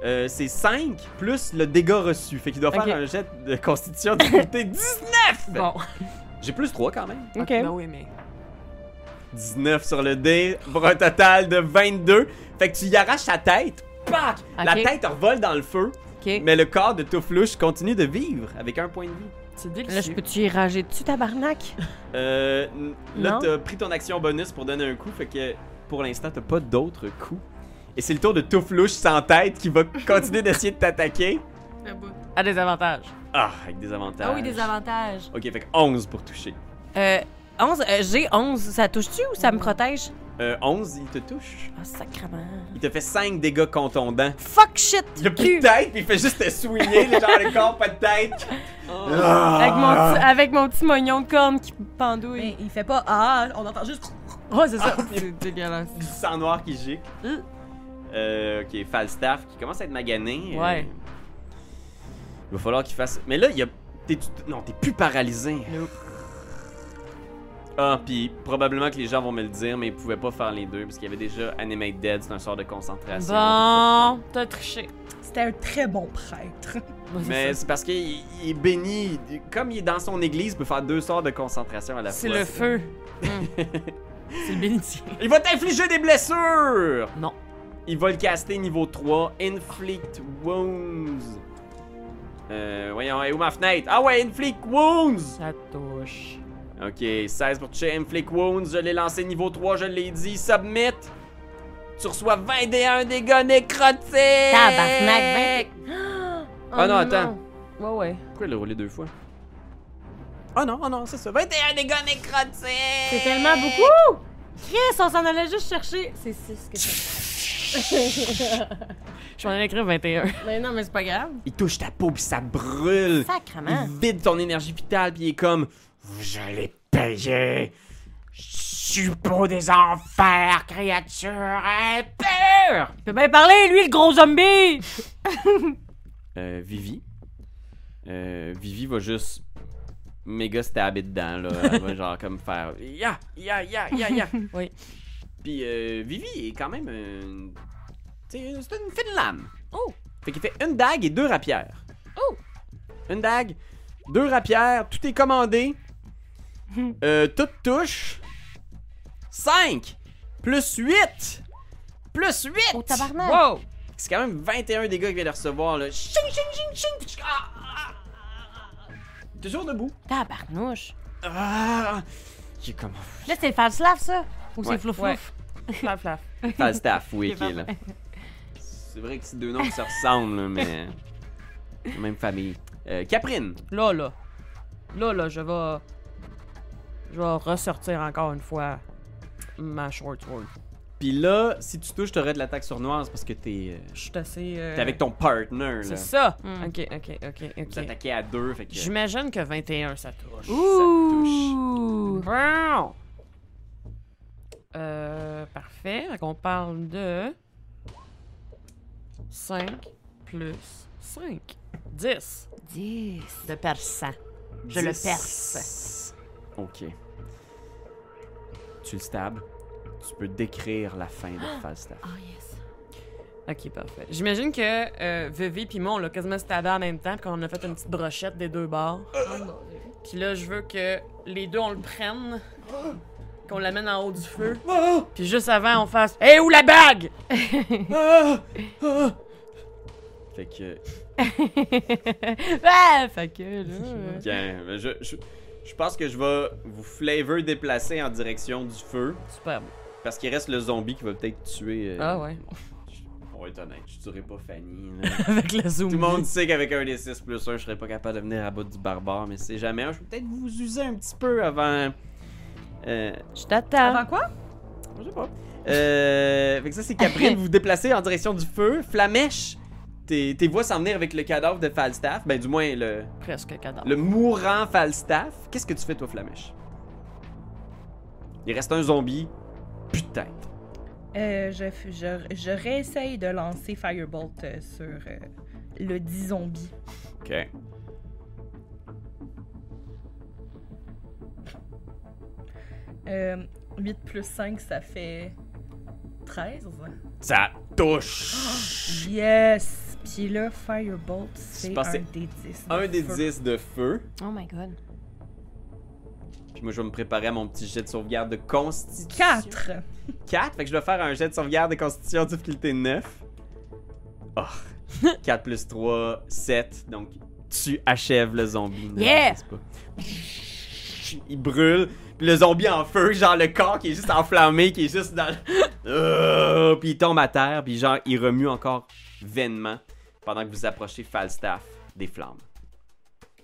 B: euh, c'est 5 plus le dégât reçu. Fait qu'il doit faire
F: Ok.
B: un jet de constitution de (laughs) difficulté 19.
F: Bon.
B: J'ai plus 3 quand même.
F: Ok.
C: Ben oui, mais.
B: 19 sur le dé pour un total de 22. Fait que tu y arraches sa tête. Pac! La
F: Ok.
B: tête revole dans le feu.
H: Ok.
B: Mais le corps de Touflouche continue de vivre avec un point de vie.
C: C'est
H: Là, je
C: délicieux.
H: peux-tu y rager dessus, tabarnak?
B: Euh, n- là,
H: Non.
B: t'as pris ton action bonus pour donner un coup. Fait que pour l'instant, t'as pas d'autres coups. Et c'est le tour de Touflouche sans tête qui va continuer d'essayer de t'attaquer.
F: À des avantages.
B: Ah, avec des avantages.
G: Ah oui, des avantages.
B: Ok, fait que 11 pour toucher.
H: Euh, 11, euh, j'ai 11. Ça touche-tu ou ça me protège?
B: Euh, 11, il te touche.
H: Ah, sacrement.
B: Il te fait 5 dégâts contondants.
H: Fuck shit!
B: Il a plus de tête, puis il fait juste te swinguer, genre le corps, pas de tête. Ah.
G: Avec, mon petit, avec mon petit moignon de corne qui pendouille.
D: Mais il fait pas ah, on entend juste.
C: Oh, c'est
F: Ah,
C: ça. C'est dégueulasse.
B: du sang noir qui gicle. Euh, ok, Falstaff qui commence à être magané. euh,
F: Ouais.
B: il va falloir qu'il fasse. Mais là, il y a. T'es, tu- non, t'es plus paralysé. Ah, puis probablement que les gens vont me le dire, mais ils pouvaient pas faire les deux parce qu'il y avait déjà Animate Dead, Ah, c'est un sort de concentration.
C: Bon, t'as triché.
D: C'était un très bon prêtre.
B: Mais c'est parce qu'il il est béni. Comme il est dans son église, il peut faire deux sorts de concentration à la
C: C'est
B: fois. (laughs)
C: le feu. C'est le bénitier.
B: Il va t'infliger des blessures!
C: Non.
B: Il va le caster niveau 3. Inflict Wounds. Euh, voyons, elle est où ma fenêtre? Ah ouais, Inflict Wounds!
F: Ça touche.
B: Ok, 16 pour toucher Inflict Wounds. Je l'ai lancé niveau 3, je l'ai dit. Submit! Tu reçois 21 dégâts nécrotiques!
H: Tabarnak,
B: Ah
G: Oh
B: non, attends.
F: Ouais, ouais.
B: Pourquoi il l'a roulé deux fois? Ah non, ah non, c'est ça. 21 dégâts nécrotiques!
G: C'est tellement beaucoup! Chris, on s'en allait juste chercher. C'est 6 que ça.
F: Je m'en ai écrit 21.
G: Mais non, mais c'est pas grave.
B: Il touche ta peau puis ça brûle!
H: Sacrement.
B: Il vide ton énergie vitale, puis il est comme Je l'ai payé. Suppôt des enfers, créature impure.
G: Il peut bien parler, lui, le gros zombie!
B: Euh, Vivi. Euh, Vivi va juste méga stabber dedans, là.
F: (laughs)
B: Elle va genre comme faire Ya, ya, ya, ya, ya.
F: Oui.
B: Puis euh, Vivi est quand même une. tu sais, C'est une fine lame.
F: Oh.
B: Fait qu'il fait une dague et deux rapières.
F: Oh.
B: Une dague, deux rapières, tout
F: (laughs)
B: est commandé. Euh, tout touche. 5 plus 8 plus 8
H: Au tabarnak.
F: Wow!
B: c'est quand même 21 dégâts qu'il vient de recevoir, là. Ching, ching, ching, ching. Ah, ah, ah. Toujours debout.
H: Tabarnouche.
B: Ah. Il est comme...
H: Là, c'est le Falstaff, ça? Ou
B: Ouais.
H: c'est flouf
F: Ouais.
H: flouf?
F: Flaf, flaf.
B: Falstaff,
F: (laughs)
B: oui, qui est là. C'est vrai que ces deux noms se ressemblent, là, mais... Même famille. Euh, Caprine.
F: Là, là. Là, là, je vais. Je vais ressortir encore une fois ma short sword.
B: Puis là, si tu touches, t'aurais de l'attaque sournoise parce que t'es... euh,
F: Je suis assez. euh,
B: T'es avec ton partner, là.
F: C'est ça!
H: Hmm.
F: Ok, ok, ok,
B: Vous euh,
F: ok.
B: attaquez à deux, fait que...
C: J'imagine que 21, ça touche.
B: touche.
H: Ouh!
F: Wow! Euh, parfait. Donc, on parle de. 5 plus 5.
C: 10.
H: 10.
C: De perçant. Je le perce.
B: Ok. Tu le stabs. tu peux décrire la fin de
C: (gasps)
B: Falstaff.
G: Oh yes.
C: Ok, parfait. J'imagine que euh, Vivi puis moi, on l'a quasiment stabé en même temps, puis qu'on a fait une petite brochette des deux bords.
B: Oh
C: Puis là, je veux que les deux, on le prenne, qu'on l'amène en haut du feu,
B: Oh
C: puis juste avant, on fasse Hé, où la bague
B: Fait que,
C: Ouais, fait que
G: (laughs)
C: là.
B: bien, ben, je, je, je pense que je vais vous flavor déplacer en direction du feu.
C: Super beau.
B: Parce qu'il reste le zombie qui va peut-être tuer. euh,
C: Ah ouais.
B: On va être honnête, je tuerai pas Fanny. là.
C: (laughs)
B: (laughs)
C: Avec le zoom.
B: Tout le monde sait qu'avec un des 6 plus 1, je serais pas capable de venir à bout du barbare, mais c'est jamais un. Je peux peut-être vous user un petit peu avant. Euh,
H: Je t'attends.
D: Avant quoi?
B: je sais pas. Euh, fait que ça, c'est Caprine, vous vous déplacez en direction du feu. Flamèche, tes, tes voix s'en venir avec le cadavre de Falstaff, ben du moins le,
C: Presque cadavre.
B: le mourant Falstaff. Qu'est-ce que tu fais, toi, Flamèche Il reste un zombie. Putain.
D: Euh, je, f- je, je réessaye de lancer Firebolt euh, sur euh, le dit zombie.
B: Ok.
D: Euh, 8 plus 5, ça fait 13.
B: Ça touche.
D: Yes! Puis là, Firebolt, c'est
B: passé
D: un des 10.
B: Un
D: de
B: des
D: feu.
B: 10 de feu.
H: Oh my god.
B: Puis moi, je vais me préparer à mon petit jet de sauvegarde de constitution.
D: 4!
B: 4, fait que je dois faire un jet de sauvegarde de constitution difficulté 9. Oh. 4 plus 3, 7. Donc, tu achèves le zombie. Non,
H: Yeah!
B: c'est pas. Il brûle. Puis le zombie en feu, genre le corps qui est juste enflammé, qui est juste dans... le- Euh, puis il tombe à terre, puis genre, il remue encore vainement pendant que vous approchez Falstaff des flammes.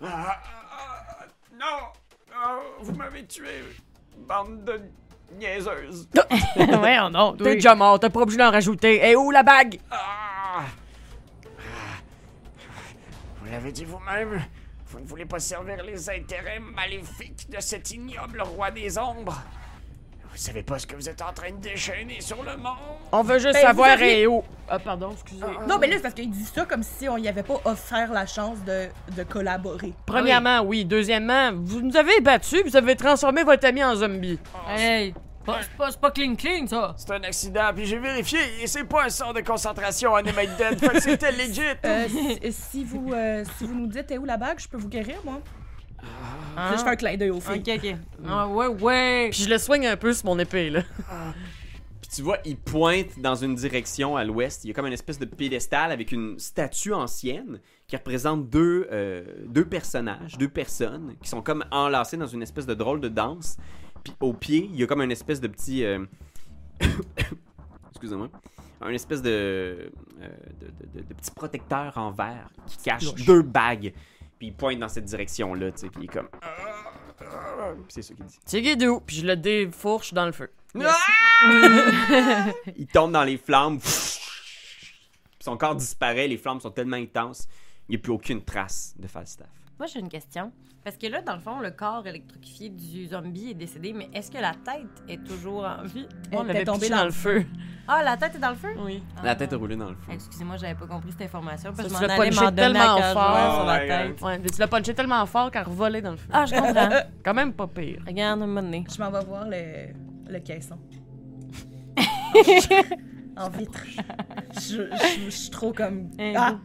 B: Ah, ah, ah, non! Oh, vous m'avez tué, bande de niaiseuses!
C: ouais, on a. T'es déjà mort, t'es pas obligé d'en rajouter. Hé, où la bague
B: Ah! Vous l'avez dit vous-même, vous ne voulez pas servir les intérêts maléfiques de cet ignoble roi des ombres. Vous savez pas ce que vous êtes en train de déchaîner sur le monde.
C: On veut juste
D: Ben,
C: savoir
D: vous avez-
C: hé où. Ah, pardon, excusez.
D: Non, mais là, c'est parce qu'il dit ça comme si on n'y avait pas offert la chance de, de collaborer.
C: Premièrement, oui. Deuxièmement, vous nous avez battus, vous avez transformé votre ami en zombie.
G: Hey! pas- C'est pas, c'est pas clean clean ça!
I: C'est un accident, puis j'ai vérifié, et c'est pas un sort de concentration Animate Dead, fait
B: (laughs)
I: que c'était legit.
D: Euh, si, si vous, euh, si vous nous dites t'es où la bague, je peux vous guérir, moi.
B: Ah.
D: Là, je fais un clin d'œil aux filles.
G: Ok, ok.
C: Mm.
G: Ah ouais, ouais!
C: Ah. Puis je le soigne un peu sur mon épée, là.
B: Puis tu vois, il pointe dans une direction à l'ouest. Il y a comme une espèce de pédestal avec une statue ancienne qui représente deux, euh, deux personnages, deux personnes qui sont comme enlacées dans une espèce de drôle de danse. Puis au pied, il y a comme une espèce de petit. euh, (coughs) Excusez-moi. Un espèce de, euh, de, de- de- de petit protecteur en verre qui cache deux bagues. Puis il pointe dans cette direction-là, tu sais. Puis il est comme. (coughs) C'est ce qu'il dit.
C: C'est Guidou. Puis je le défourche dans le feu.
G: Ah!
B: Il tombe dans les flammes. Puis son corps disparaît, les flammes sont tellement intenses, il n'y a plus aucune trace de Falstaff.
G: Moi j'ai une question. Parce que là, dans le fond, le corps électrifié du zombie est décédé, mais est-ce que la tête est toujours en vie?
C: On
D: Elle
C: l'avait
D: était tombée
C: tombé
D: dans
C: dans le feu.
G: Ah, la tête est dans le feu? Ah.
C: Oui.
B: La tête est roulée dans le feu.
H: Ah.
G: Excusez-moi, j'avais pas compris cette information. Parce que
C: Ça,
G: je
C: tu
G: m'en
C: l'as
G: allais
C: punché
G: m'en donner à
C: tellement
G: cœur
C: fort.
G: joie sur la
B: Oh my
G: tête.
C: Ouais, mais tu l'as punché tellement fort qu'elle revolait dans le feu.
G: Ah, je comprends.
C: (laughs) Quand même pas pire.
G: Regarde, un moment donné.
D: Je m'en vais voir le, le caisson. en vitre. Je, je- je suis trop comme.
C: Eh,
D: Ah!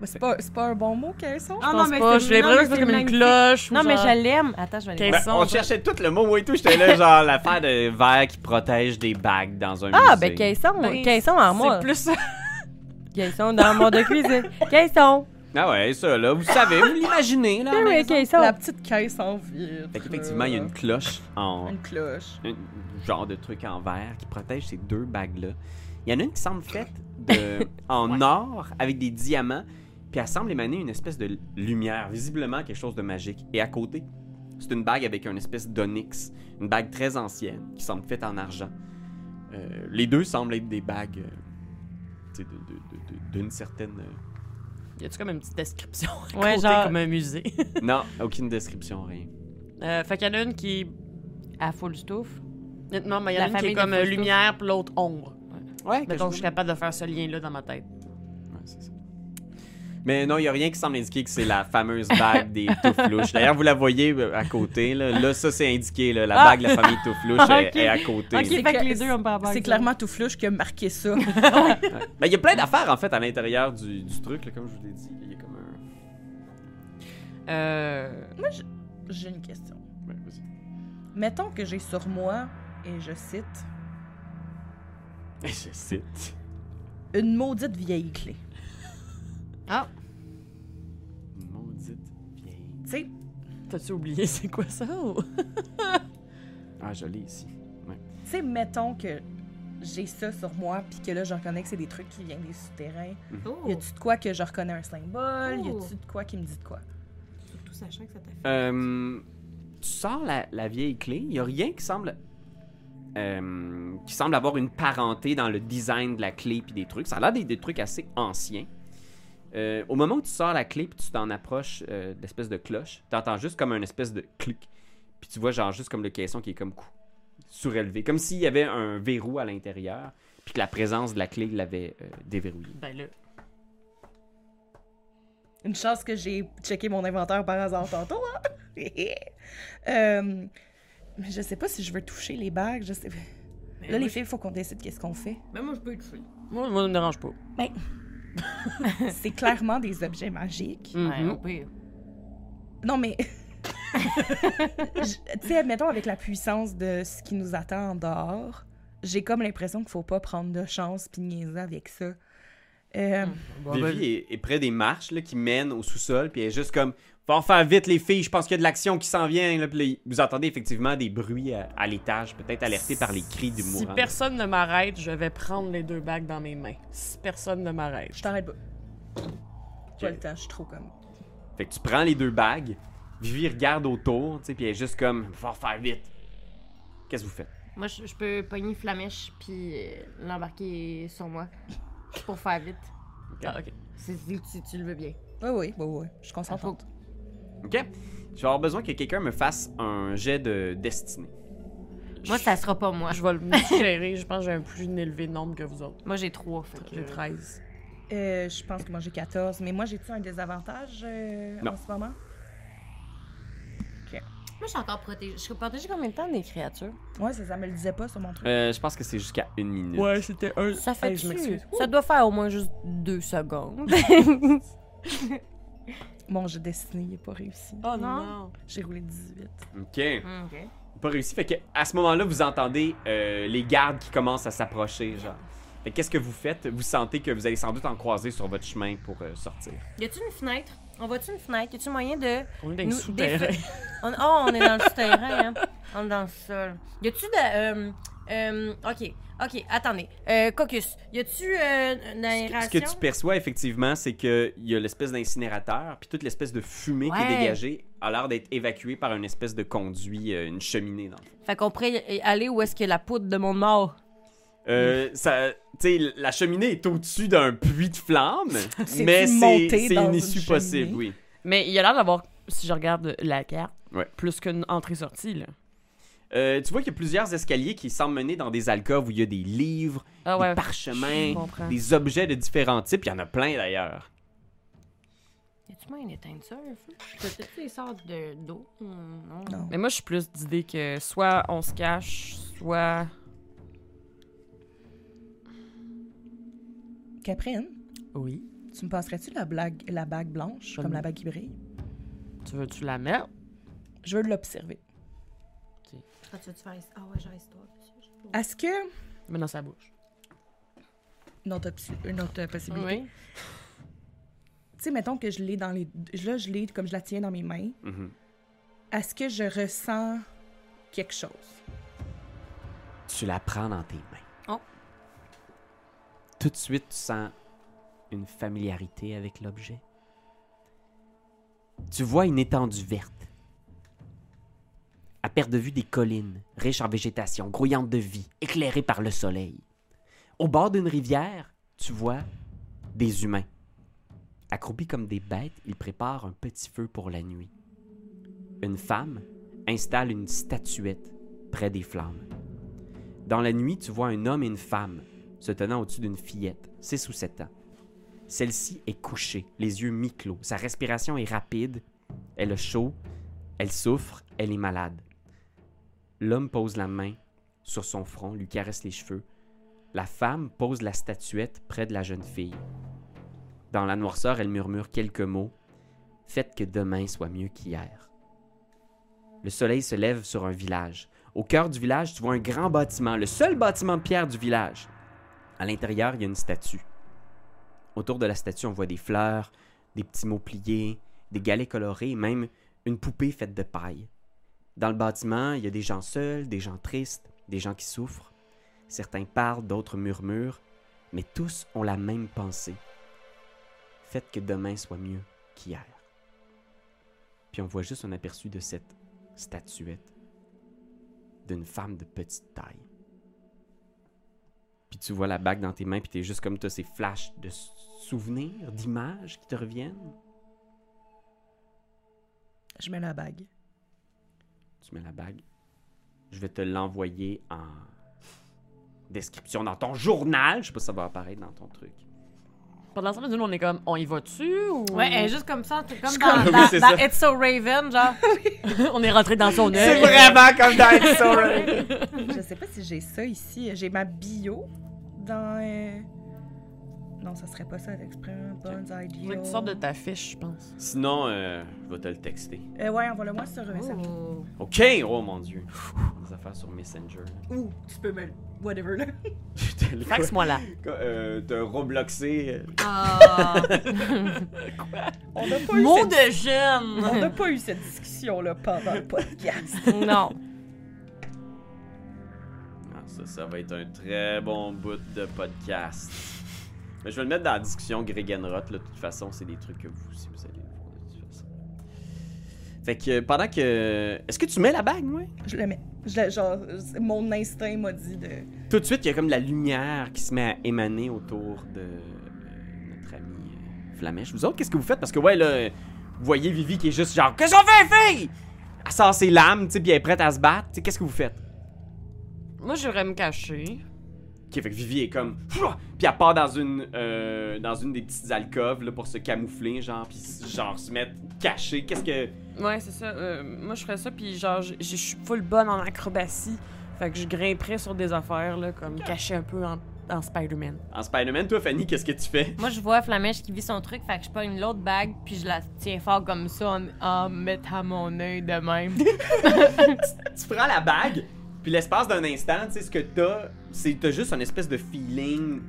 D: Mais C'est pas, c'est pas un bon mot, caisson?
G: Ah
C: Je pense pas. Je l'ai vraiment que c'est comme une cloche. ou
G: Non, mais
C: genre-
G: je l'aime. Attends, je vais aller
C: Qu'est-ce-
G: voir.
B: Ben, on
C: Ils sont-
B: cherchait tout le mot, moi et tout.
H: (laughs)
B: J'étais là, genre, l'affaire de verre qui protège des bagues dans un
H: Ah,
B: musée.
H: ben, caisson,
C: Ben,
H: caisson en moi.
C: C'est plus
H: Caisson dans mon de
C: (laughs)
H: cuisine. Caisson.
B: Ah ouais, ça, là, vous savez, vous l'imaginez, là. à la
H: Ah Oui,
B: maison.
H: caisson.
D: La petite caisse en vitre. euh,
B: Fait qu'effectivement, il y a une cloche en.
D: Une cloche.
B: un genre de truc en verre qui protège ces deux bagues-là. Il y en a une qui semble faite de- en or avec des diamants, puis elle semble émaner une espèce de lumière, visiblement quelque chose de magique. Et à côté, c'est une bague avec une espèce d'onyx, une bague très ancienne qui semble faite en argent. Euh, les deux semblent être des bagues euh, tu sais, de- de- de- de- d'une certaine. euh,
C: Y a-tu comme une petite description? à
G: Ouais,
C: côté,
G: genre-
C: comme un musée.
B: Non, aucune description, rien.
C: (laughs) Euh, fait qu'il y en a une qui.
G: À full stuff.
C: Non, mais il y en
G: La
C: a une qui est
G: famille
C: comme
G: de
C: euh,
G: Fausto.
C: lumière, puis l'autre ombre.
B: Ouais,
C: Mettons que je suis capable de faire ce lien-là dans ma tête.
B: Ouais, c'est ça. Mais non, il n'y a rien qui semble indiquer que c'est la fameuse bague
G: (laughs)
B: des Touflouches. D'ailleurs, vous la voyez euh, à côté. Là, Là, ça, c'est indiqué. là. La
F: Ah!
B: bague de la famille
G: (laughs)
B: Touflouche est-
G: Ok.
B: est, à côté.
G: Ok,
B: là.
G: fait
D: cla-
G: que les deux ont
C: Ah
G: pas rapport.
D: C'est clairement tout flouche qui a marqué ça.
B: Ben, il y a plein d'affaires, en fait, à l'intérieur du, du truc, là, comme je vous l'ai dit. Il y a comme un...
C: Euh.
D: J'ai une question.
B: Ouais, vas-y.
D: Mettons que j'ai sur moi, et je cite,
B: (laughs) Je cite.
D: une maudite vieille clé.
B: Maudite vieille.
D: Tu sais,
C: T'as-tu oublié (laughs) c'est quoi ça? ou-
B: Ah, jolie ici.
D: tu sais, mettons que j'ai ça sur moi, puis que là, je reconnais que c'est des trucs qui viennent des souterrains. Y
G: Oh,
D: a-tu de quoi que je reconnais un symbole? Y
G: Oh.
D: a-tu de quoi qui me dit de quoi?
G: surtout sachant que ça t'a fait.
B: Euh, tu sors la, la vieille clé, il n'y a rien qui semble euh, qui semble avoir une parenté dans le design de la clé puis des trucs. Ça a l'air des, des trucs assez anciens. Euh, au moment où tu sors la clé puis tu t'en approches euh, de l'espèce de cloche, tu entends juste comme un espèce de clic. Puis tu vois genre juste comme le caisson qui est comme cou- surélevé, comme s'il y avait un verrou à l'intérieur puis que la présence de la clé l'avait euh, déverrouillé.
C: Ben là.
D: Une chance que j'ai checké mon inventaire par hasard tantôt. Hein? (laughs) Euh, mais je sais pas si je veux toucher les bagues. Je sais... Là, les filles, faut qu'on décide qu'est-ce qu'on fait.
G: Mais moi, je peux le tuer.
C: Ben Moi, moi, ça me dérange pas.
D: C'est clairement des objets magiques.
G: Ouais,
C: Mhm.
G: au pire.
D: Non, mais. (laughs) Je- tu sais, admettons, avec la puissance de ce qui nous attend en dehors, j'ai comme l'impression qu'il faut pas prendre de chance puis niaiser avec ça. Euh,
C: Bon, ben,
B: Vivi est, est près des marches là, qui mènent au sous-sol, puis elle est juste comme Faut en faire vite, les filles, je pense qu'il y a de l'action qui s'en vient. Là, Puis là, vous entendez effectivement des bruits à, à l'étage, peut-être alertés par les cris du
C: si
B: mourant.
C: personne ne m'arrête, je vais prendre les deux bagues dans mes mains. Si personne ne m'arrête.
D: Je t'arrête pas. Pas le temps, je suis trop comme.
B: Fait que tu prends les deux bagues, Vivi regarde autour, tu sais, puis elle est juste comme Faut en faire vite. Qu'est-ce que vous faites
G: Moi, je, je peux pogner Flamèche puis euh, l'embarquer sur moi pour faire vite.
C: Ah, ok.
G: C'est si tu, tu le veux bien.
D: Oui, oui, oui, oui. Je suis
G: Faut-
D: consentante.
B: Ok Je vais avoir besoin que quelqu'un me fasse un jet de destinée.
G: Moi, ça sera pas moi.
C: Je vais le gérer. Je pense que j'ai un plus élevé nombre que vous autres.
G: Moi, j'ai trois. Fait que-
C: J'ai 13.
D: Euh, je pense que moi j'ai 14, mais moi j'ai-tu un désavantage euh,
B: Non.
D: en ce moment?
G: Moi, je suis encore protégée. Je suis protégée comme
H: combien de temps des créatures?
D: Ouais, ça, ça me le disait pas sur mon truc.
B: Euh, je pense que c'est jusqu'à une minute.
C: c'était un.
H: Ça fait
C: Hey, je m'excuse.
H: Ça doit faire au moins juste deux secondes.
D: Mon jeu destiné, il est pas réussi.
C: Oh
G: Non.
C: non.
D: J'ai roulé 18.
B: Ok.
G: Hmm, ok.
B: pas réussi. Fait que à ce moment-là, vous entendez euh, les gardes qui commencent à s'approcher, genre. Fait que qu'est-ce que vous faites Vous sentez que vous allez sans doute en croiser sur votre chemin pour euh, sortir.
G: Y a-tu une fenêtre? On va-tu une fenêtre? Y a-tu moyen de.
C: On est dans les
G: Nous,
C: souterrains.
G: défa-
B: (laughs)
G: On- oh, on est dans le souterrain, hein? On est dans le sol. Y a-tu de. euh, euh, ok, ok, attendez. Euh, caucus, y a-tu euh, une
B: Ce
G: aération?
B: que tu perçois effectivement, c'est que il y a l'espèce d'incinérateur, puis toute l'espèce de fumée qui est
G: Ouais.
B: dégagée a l'air d'être évacuée par une espèce de conduit, euh, une cheminée dans le fond.
H: fait qu'on pourrait y aller où est-ce que la poudre de mon mort.
B: Euh,
D: Mm.
B: ça, tu sais, la cheminée est au-dessus d'un puits de
D: (laughs)
B: flammes, mais c'est
D: une montée
B: c'est
D: dans
B: une
D: une
B: issue possible,
D: cheminée.
B: oui.
C: Mais il y a l'air d'avoir, si je regarde la carte,
B: Ouais.
C: plus qu'une entrée-sortie, là.
B: Euh, tu vois qu'il y a plusieurs escaliers qui semblent mener dans des alcôves où il y a des livres,
C: Ah
B: des
C: ouais.
B: parchemins,
C: je comprends.
B: des objets de différents types. Il y en a plein d'ailleurs.
G: Y a-tu moyen d'éteindre ça, un feu? Peut-être des sortes de- d'eau? Hmm, non.
D: Non.
C: Mais moi, je suis plus d'idée que soit on se cache, soit.
D: Caprine,
C: Oui.
D: tu me passerais-tu la, blague, la bague blanche,
C: Pas
D: comme
C: de
D: la
C: mots.
D: bague qui brille?
C: Tu veux-tu la mettre?
D: Je veux l'observer.
G: Ah, tu veux-tu faire his- Ah ouais, j'ai histoire.
D: Est-ce que.
C: Mets dans sa bouche.
D: Une autre, opsi- une autre euh, possibilité.
C: Oui.
D: Tu sais, mettons que je l'ai dans les. Là, je l'ai comme je la tiens dans mes mains.
C: Mm-hmm.
B: Mhm.
D: Est-ce que je ressens quelque chose?
B: Tu la prends dans tes mains.
G: Oh.
B: Tout de suite, tu sens une familiarité avec l'objet. Tu vois une étendue verte. À perte de vue des collines, riches en végétation, grouillantes de vie, éclairées par le soleil. Au bord d'une rivière, tu vois des humains. Accroupis comme des bêtes, ils préparent un petit feu pour la nuit. Une femme installe une statuette près des flammes. Dans la nuit, tu vois un homme et une femme se tenant au-dessus d'une fillette, 6 ou 7 ans. Celle-ci est couchée, les yeux mi-clos. Sa respiration est rapide. Elle a chaud. Elle souffre. Elle est malade. L'homme pose la main sur son front, lui caresse les cheveux. La femme pose la statuette près de la jeune fille. Dans la noirceur, elle murmure quelques mots. Faites que demain soit mieux qu'hier. Le soleil se lève sur un village. Au cœur du village, tu vois un grand bâtiment, le seul bâtiment de pierre du village. À l'intérieur, il y a une statue. Autour de la statue, on voit des fleurs, des petits mots pliés, des galets colorés, et même une poupée faite de paille. Dans le bâtiment, il y a des gens seuls, des gens tristes, des gens qui souffrent. Certains parlent, d'autres murmurent, mais tous ont la même pensée. Faites que demain soit mieux qu'hier. Puis on voit juste un aperçu de cette statuette d'une femme de petite taille. Puis tu vois la bague dans tes mains, puis t'es juste comme t'as ces flashs de s- souvenirs, d'images qui te reviennent.
D: Je mets la bague.
B: Tu mets la bague. Je vais te l'envoyer en description dans ton journal. Je sais pas si ça va apparaître dans ton truc.
C: Pendant ce temps, nous, on est comme, on y va-tu ou.
G: Ouais, elle est juste comme ça, c'est
B: (laughs)
G: comme
J: comprends.
G: dans,
J: Oui,
G: dans,
J: c'est
G: dans
J: ça.
G: It's So Raven, genre.
C: (laughs) on est rentré dans son
K: C'est
C: œil.
K: vraiment comme dans It's So Raven.
D: Je sais pas si j'ai ça ici. J'ai ma bio dans. euh, Non, ça serait pas ça, l'expérience Bonnes
C: Il faudrait
D: Ideas.
C: que tu sortes de ta fiche, je pense.
J: Sinon, euh, je vais te le texter.
D: Euh, ouais, envoie-le-moi sur euh, ça.
J: Ok, oh mon dieu. Des affaires sur Messenger.
D: Ou tu peux me. Whatever, là.
J: (laughs) Je te
C: Fax-moi là.
J: Euh, T'as robloxé. euh,
G: Ah.
D: (laughs) On n'a pas, eu
C: Mot
D: cette...
C: de jeune!
G: (laughs)
D: on a pas eu cette discussion-là pendant le (laughs) podcast.
L: Non.
J: Ah, ça, ça va être un très bon bout de podcast. Mais je vais le mettre dans la discussion Gregenrot, là, de toute façon, c'est des trucs que vous, si vous allez le voir, de toute façon. Fait que euh, pendant que. Est-ce que tu mets la bague, moi?
D: Je le mets. Je le- genre, c'est- mon instinct m'a dit de.
B: Tout de suite, il y a comme de la lumière qui se met à émaner autour de euh, notre ami euh, Flamèche. Vous autres, qu'est-ce que vous faites? Parce que, ouais, là, euh, vous voyez Vivi qui est juste genre, qu'est-ce qu'on fait, fille? Elle sort ses lames, tu sais, puis elle est prête à se battre. Tu sais, qu'est-ce que vous faites?
C: Moi, j'irais me cacher.
B: Ok, fait que Vivi est comme, Fouah! puis elle part dans une, euh, dans une des petites alcôves, là, pour se camoufler, genre, puis genre se mettre cachée. Qu'est-ce que.
C: Ouais, c'est ça. Euh, moi, je ferais ça, puis genre, je je suis full bonne en acrobatie. Fait que je grimperais sur des affaires, là, comme cacher un peu en, en Spider-Man.
B: En Spider-Man, toi, Fanny, qu'est-ce que tu fais? (laughs)
G: Moi, je vois Flamèche qui vit son truc, fait que je prends une autre bague, puis je la tiens fort comme ça en, en mettant mon œil de même.
B: tu prends la bague, puis l'espace d'un instant, tu sais, ce que t'as, c'est t'as juste un espèce de feeling.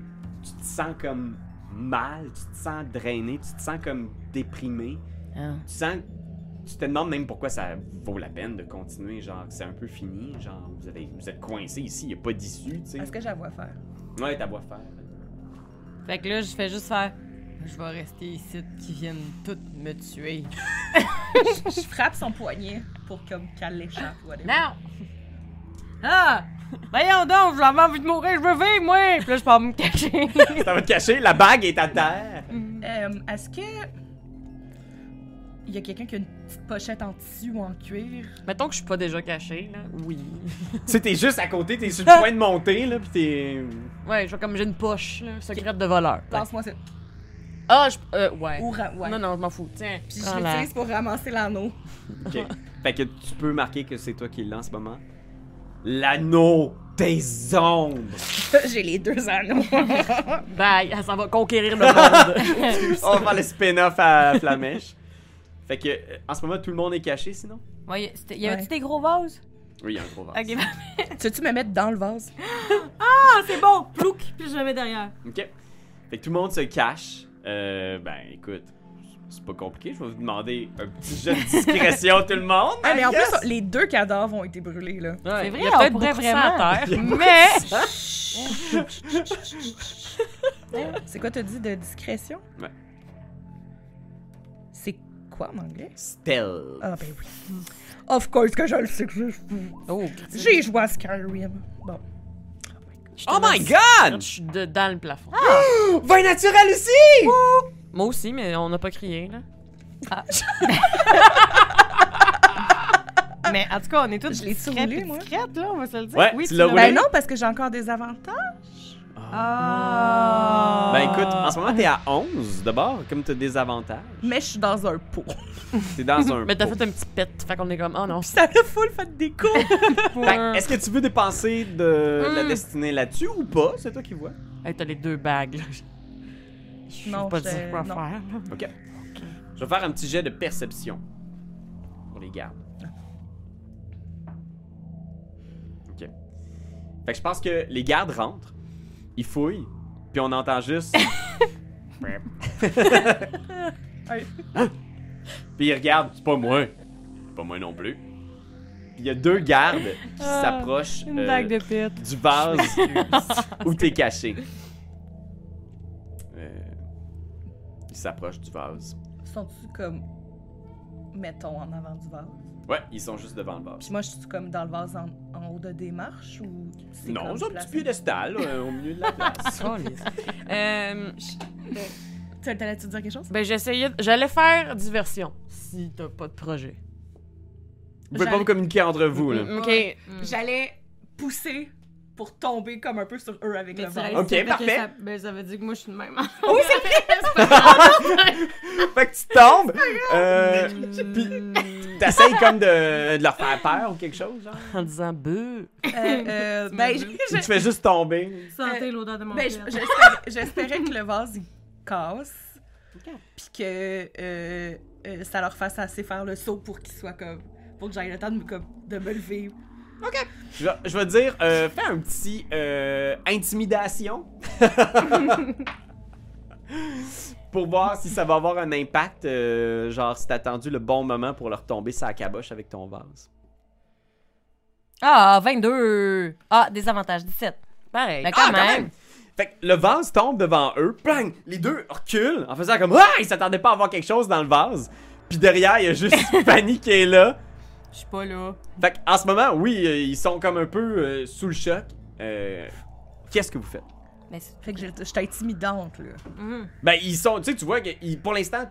B: Tu te sens comme mal, tu te sens drainé, tu te sens comme déprimé. Tu sens. Tu te demandes même pourquoi ça vaut la peine de continuer, genre, c'est un peu fini, genre, vous, avez, vous êtes coincé ici, il a pas d'issue, tu sais.
D: Est-ce que j'avoue à faire?
B: Ouais, t'as beau faire.
G: Fait que là, je fais juste faire. Je vais rester ici, qui viennent toutes me tuer.
D: Je frappe son poignet pour comme qu'elle l'échappe, whatever.
G: Non! Ah! Voyons donc, j'avais envie de mourir, je veux vivre, moi! Puis là, je pars me cacher.
B: (laughs) ça va te cacher, la bague est à terre.
D: Euh, Est-ce que. Il y a quelqu'un qui a une petite pochette en tissu ou en cuir?
C: Mettons que je suis pas déjà cachée, là. Oui.
B: tu sais, t'es juste à côté, t'es sur le point de monter, là, pis t'es.
C: Ouais, je vois comme j'ai une poche, là, secrète de voleur.
D: Passe-moi ça.
C: Ah, je. Euh, ouais.
D: Ou ra- ouais.
C: Non, non, je m'en fous. Tiens.
D: Puis je
G: Oh
C: prends la-
D: l'utilise pour ramasser l'anneau. (laughs)
B: Ok. fait que tu peux marquer que c'est toi qui l'as en ce moment. L'anneau des (laughs) ombres.
D: J'ai les deux
G: (laughs)
D: anneaux.
C: Bye, elle s'en va conquérir le monde.
B: On va faire le spin-off à Flamèche. Fait que euh, en ce moment tout le monde est caché sinon.
G: Ouais, c'était- y avait-tu
D: Ouais.
G: des gros vases?
B: Oui, il y a un gros vase.
G: Ok,
D: tu veux-tu me mettre dans le vase?
G: c'est bon, plouc, puis je le mets derrière.
B: Ok. Fait que tout le monde se cache. Euh, ben écoute, c'est pas compliqué. Je vais vous demander un petit jeu de (laughs) discrétion tout le monde.
D: Ah, mais en
B: I
D: plus,
B: guess.
D: les deux cadavres ont été brûlés, là.
C: Il
G: C'est
C: y
G: vrai,
C: a
G: on
C: peut-être
G: pourrait
C: beaucoup de sang à
G: vraiment.
C: terre.
G: (laughs) Mais.
D: C'est quoi, t'as dit de discrétion?
B: Ouais.
D: C'est quoi en anglais?
B: Stealth.
D: Ah, ben oui. Of course que je le sais que je-
C: Oh,
D: J'ai joué à Skyrim. Bon.
B: Oh my god!
C: Je suis de- dans le plafond.
G: Ah!
B: (gasps) Vin naturel aussi!
C: Moi aussi, mais on n'a pas crié, là.
G: Mais en tout cas, on est tous
D: Je l'ai
G: discrètes
D: saoulé,
G: et
D: moi.
G: discrètes, là, on va se le dire.
B: Ouais, tu l'as
G: l'as-
B: roulé.
D: Ben non, parce que j'ai encore des avantages.
G: Ah.
B: Ben écoute, en ce moment, t'es à 11 d'abord, comme t'as des avantages.
D: Mais je suis dans un pot. (laughs)
B: T'es dans un.
C: (laughs) Mais t'as
B: pot.
C: fait un petit pet, fait qu'on est comme, oh non. Ben,
D: Ça a full fait des coups.
B: Fait que, Ben, Est-ce que tu veux dépenser de, de la
C: Mm.
B: destinée là-dessus ou pas C'est toi qui vois.
C: Hey, t'as les deux bagues, là. Je
D: Non,
C: sais pas
D: je-
C: dire quoi
D: non.
C: faire.
G: (laughs)
B: Je vais faire un petit jet de perception pour les gardes. Ok. Fait que je pense que les gardes rentrent, ils fouillent, puis on entend
G: (laughs)
B: juste. puis ils regardent, c'est pas moi. C'est Pas moi non plus. Puis il y a deux gardes qui
G: Ah,
B: s'approchent
G: Une
B: euh,
G: dague de pit.
B: du
G: (laughs)
B: vase où t'es caché. Euh, ils s'approchent du vase.
D: Sont-tu comme. Mettons en avant du vase?
B: Ouais, ils sont juste devant le vase.
D: Puis moi, je suis comme dans le vase en, en haut de des marches ou. c'est
B: Non,
D: comme
B: c'est un
D: placé-
B: petit piédestal euh, au milieu de la place.
C: Euh,
D: Tu t'allais-tu dire quelque chose?
C: ben, j'essayais. J'allais faire diversion. Si t'as pas de projet.
B: Vous pouvez pas vous communiquer entre vous, là.
C: Mm, Ok.
D: Ouais. J'allais pousser pour tomber comme un peu sur eux avec
G: Mais
D: le
G: tu
D: vase.
G: réalises
B: Ok,
G: pas que
B: parfait.
G: Ça, ben, ça veut dire que moi, je suis
B: (laughs)
G: de même.
D: Oui, c'est
G: (laughs)
B: Fait que tu tombes, euh,
G: Mm.
B: pis t'essayes comme de, de leur faire peur ou quelque chose,
G: (laughs)
B: genre.
C: En disant beuh.
D: Euh, (laughs) euh, ben, je-
B: Ou tu fais juste tomber.
G: Sentez l'odeur de mon
D: ben,
G: père.
D: je- j'espérais- j'espérais que le vase il casse. Puis que euh, euh, ça leur fasse assez faire le saut pour qu'ils soient comme. Pour que j'aille le temps de me, comme, de me lever.
B: Je, vais- je vais te dire, euh, fais un petit euh, intimidation. (laughs) pour voir si ça va avoir un impact, euh, genre si t'as attendu le bon moment pour leur tomber sa caboche avec ton vase.
H: (laughs) Ah, 22! Ah, désavantage, 17.
G: Ben,
C: Pareil.
H: Mais quand
B: Ah,
H: même.
B: Fait que le vase tombe devant eux, bang! Les deux reculent en faisant comme Ah! Ils s'attendaient pas à avoir quelque chose dans le vase. Puis derrière, il y a juste Fanny qui est là.
G: Je suis pas là.
B: Fait que, en ce moment, oui, euh, ils sont comme un peu euh, sous le choc. Euh, Qu'est-ce que vous faites?
D: Fait que je- j'étais intimidante, là.
B: Ben, ils sont, tu sais, tu vois que ils- pour l'instant,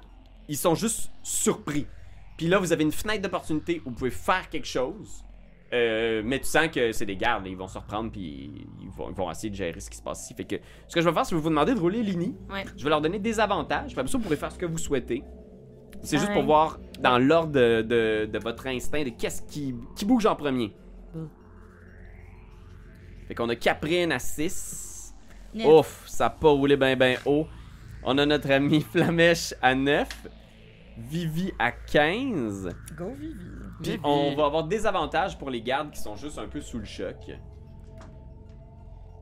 B: ils sont juste surpris. Puis là, vous avez une fenêtre d'opportunité où vous pouvez faire quelque chose. Euh, mais tu sens que c'est des gardes, là, ils vont se reprendre puis ils vont, ils vont essayer de gérer ce qui se passe ici. Fait que ce que je vais faire, c'est que vous demander de rouler l'ini.
G: Ouais.
B: Je vais leur donner des avantages. Comme ça, vous pourrez faire ce que vous souhaitez. C'est juste
H: Ouais.
B: pour voir dans l'ordre de, de- de votre instinct de qu'est-ce qui, qui bouge en premier. Fait qu'on a Caprine à 6.
D: Neuf.
B: Ouf, ça a pas roulé ben ben haut. On a notre ami Flamèche à 9. Vivi à 15.
D: Go, Vivi.
B: Puis
C: Vivi.
B: on va avoir des avantages pour les gardes qui sont juste un peu sous le choc.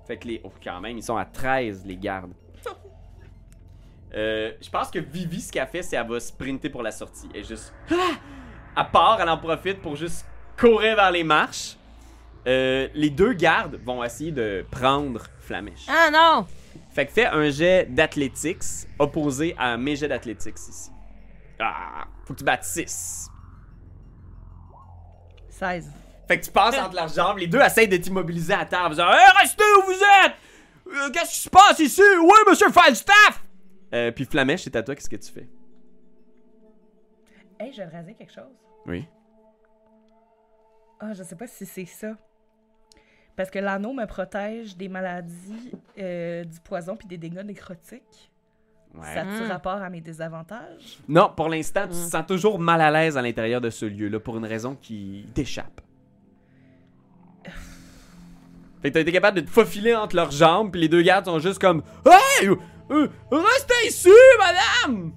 B: Fait que les. Oh, quand même, ils sont à 13, les gardes. Euh, je pense que Vivi, ce qu'elle fait, c'est qu'elle va sprinter pour la sortie. Elle est juste. À part, elle en profite pour juste courir vers les marches. Euh, les deux gardes vont essayer de prendre Flamèche.
H: Ah non!
B: Fait que fais un jet d'athlétics opposé à mes jets d'athlétics ici. Ah, faut que tu battes 6.
D: 16.
B: Fait que tu passes entre leurs jambes, les deux essayent de t'immobiliser à terre en faisant Hey, restez où vous êtes Euh, Qu'est-ce qui se passe ici Oui, monsieur Falstaff euh, Puis Flamèche, c'est à toi, qu'est-ce que tu fais
D: Hey, je rasais quelque chose.
B: Oui.
D: Ah, je sais pas si c'est ça. Parce que l'anneau me protège des maladies, euh, du poison puis des dégâts nécrotiques. Ça a-tu rapport à mes désavantages?
B: Non, pour l'instant, tu te sens toujours mal à l'aise à l'intérieur de ce lieu-là pour une raison qui t'échappe. Fait que t'as été capable de te faufiler entre leurs jambes, puis les deux gardes sont juste comme Hey Euh, Restez ici, madame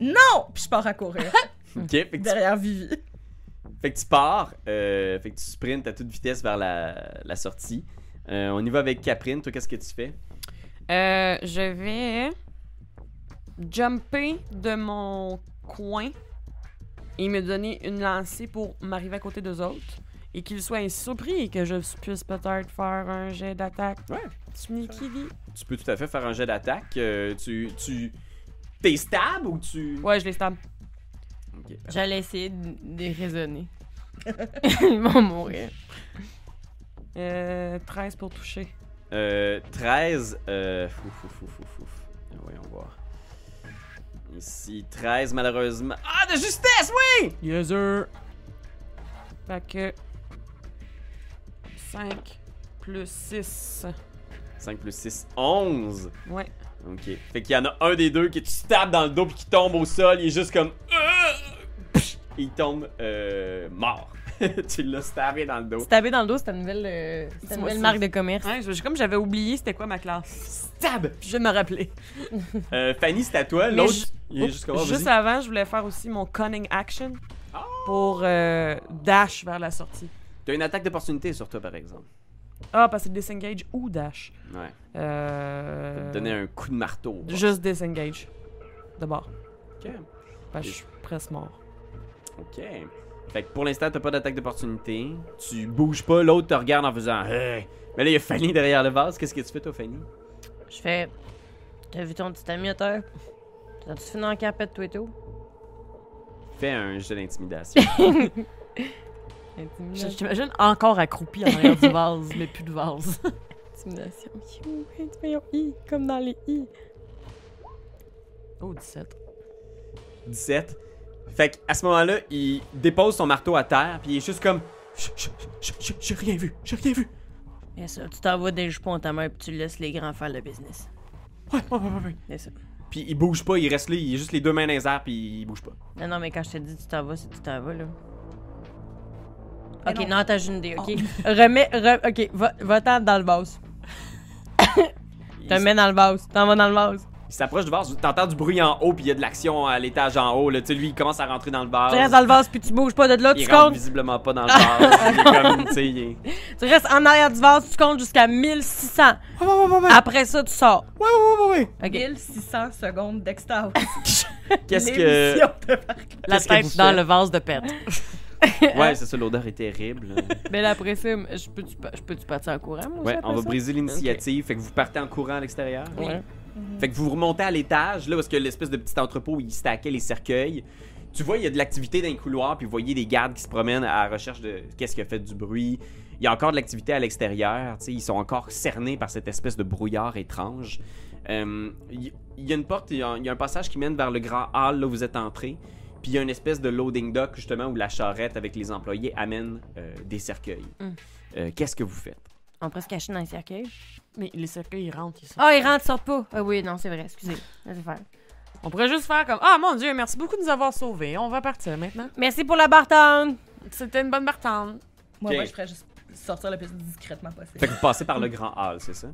D: Non! Puis je pars à courir
B: Ok, fait que, tu,
D: derrière Vivi.
B: fait que tu pars, euh, fait que tu sprintes à toute vitesse vers la, la sortie. Euh, on y va avec Caprine, toi qu'est-ce que tu fais
C: Euh, je vais jumper de mon coin et me donner une lancée pour m'arriver à côté d'eux autres et qu'ils soient surpris et que je puisse peut-être faire un jet d'attaque.
B: Ouais.
C: Sneaky V.
B: Tu peux tout à fait faire un jet d'attaque. euh, tu. tu T'es stable ou tu.
C: Ouais, je les stab.
B: Ok.
G: J'allais essayer de
H: (laughs)
G: les raisonner. Ils vont mourir.
C: Euh, 13 pour toucher.
B: Euh, 13. Euh, fou, fou, fou, fou, fou. Ah, Voyons voir. Ici, 13, malheureusement. Ah, de justesse, oui
C: Yes, sir. Fait que 5 plus 6.
B: 5 plus 6, 11.
F: Ouais.
B: Ok. Fait qu'il y en a un des deux qui te tape dans le dos puis qui tombe au sol. Il est juste comme. Psh! Il tombe euh, mort. (laughs) tu l'as stabé dans le dos.
H: Stabé dans le dos, c'est une nouvelle, euh, c'était une
C: Dis-moi
H: nouvelle
C: ça.
H: marque de commerce.
C: Ouais, je- je- comme j'avais oublié c'était quoi ma classe.
B: Stab!
C: Puis je vais me rappeler.
B: Euh, Fanny, c'est à toi.
F: Mais
B: L'autre,
F: je-
B: il est juste comme. oh,
F: Juste
B: vas-y.
F: avant, je voulais faire aussi mon cunning action pour euh, dash vers la sortie.
B: T'as une attaque d'opportunité sur toi, par exemple.
F: Ah, parce que disengage ou dash.
B: Ouais. Faut
F: Euh...
B: te donner un coup de marteau. au boss.
F: Juste disengage. D'abord.
B: Ok.
F: Parce que je suis presque mort.
B: Ok. Fait que pour l'instant, t'as pas d'attaque d'opportunité. Tu bouges pas, l'autre te regarde en faisant. Hey. Mais là, il y a Fanny derrière le vase. Qu'est-ce que tu fais, toi, Fanny?
H: Je fais. T'as vu ton petit ami à terre? T'as-tu fini en carpette, toi et tout?
B: Fais un jeu d'intimidation.
F: (laughs)
C: Je, je t'imagine encore accroupi en arrière du vase, mais plus de vase.
H: Intimidation. Intimidation. I, comme dans les I.
C: Oh, 17.
B: 17. Fait que, à ce moment-là, il dépose son marteau à terre, puis il est juste comme. Je- je- je- je- J'ai rien vu, j'ai rien vu.
H: (laughs) Bien sûr, tu t'envoies des jupons à ta mère puis tu laisses les grands faire le business.
B: Ouais, ouais, ouais, ouais, ouais.
H: C'est ça.
B: Puis il bouge pas, il reste là, il est juste les deux mains dans les airs, puis il bouge pas.
H: Non, non, mais quand je te dis tu t'en vas, c'est tu t'en vas, là.
D: Mais
H: Ok,
D: non.
H: non, t'as une idée, ok.
C: Oh.
H: Remets, re- ok, va- va-t'en dans le boss.
B: Il
H: Te
B: s-
H: mets dans le boss, t'en vas dans le boss.
B: il s'approche du vase, t'entends du bruit en haut, puis il y a de l'action à l'étage en haut, là. Tu sais, lui, il commence à rentrer dans le
H: Tu restes
B: vase.
H: dans le vase puis tu bouges pas de là,
B: Ah, Il
H: tu
B: rentre
H: comptes.
B: visiblement pas dans le
H: (laughs)
B: vase. il est comme, tu sais, il est-
H: Tu restes en arrière du vase, tu comptes jusqu'à 1600.
B: Ouais, ouais, ouais, ouais,
H: Après ça, tu sors.
B: ouais, ouais, ouais, ouais.
H: Ok.
D: 1600 secondes d'extase.
B: Qu'est-ce que.
C: La
B: Qu'est-ce que
C: tête
B: vous
C: dans
B: faites?
C: le vase de pète.
B: Ouais, c'est ça, l'odeur est terrible.
H: (laughs) Mais là, après ça, je peux-tu pa- je peux-tu partir en courant, moi?
B: Ouais,
H: aussi,
B: on va
H: après ça?
B: briser l'initiative, fait que vous partez en courant à l'extérieur.
H: Ouais. Mhm.
B: Fait que vous remontez à l'étage, là, parce que l'espèce de petit entrepôt où ils stackaient les cercueils. Tu vois, il y a de l'activité dans les couloirs, puis vous voyez des gardes qui se promènent à la recherche de qu'est-ce qui a fait du bruit. Il y a encore de l'activité à l'extérieur, tu sais, ils sont encore cernés par cette espèce de brouillard étrange. Euh, Il il y a une porte, il y a, un- il y a un passage qui mène vers le grand hall, là où vous êtes entré. Puis il y a une espèce de loading dock, justement, où la charrette avec les employés amène euh, des cercueils.
H: Mm.
B: Euh, qu'est-ce que vous faites?
H: On pourrait se cacher dans les cercueils.
C: Mais les cercueils, ils rentrent, ils sortent.
H: Ah, ils rentrent, ils sortent pas. Ah oui, non, c'est vrai, excusez. Laissez faire.
C: On pourrait juste faire comme Ah mon Dieu, merci beaucoup de nous avoir sauvés. On va partir maintenant.
H: Merci pour la bartende.
C: C'était une bonne bartende.
D: Moi,
B: Ok.
D: moi, je ferais juste sortir le plus discrètement possible.
B: Fait que vous passez par le grand hall, c'est ça?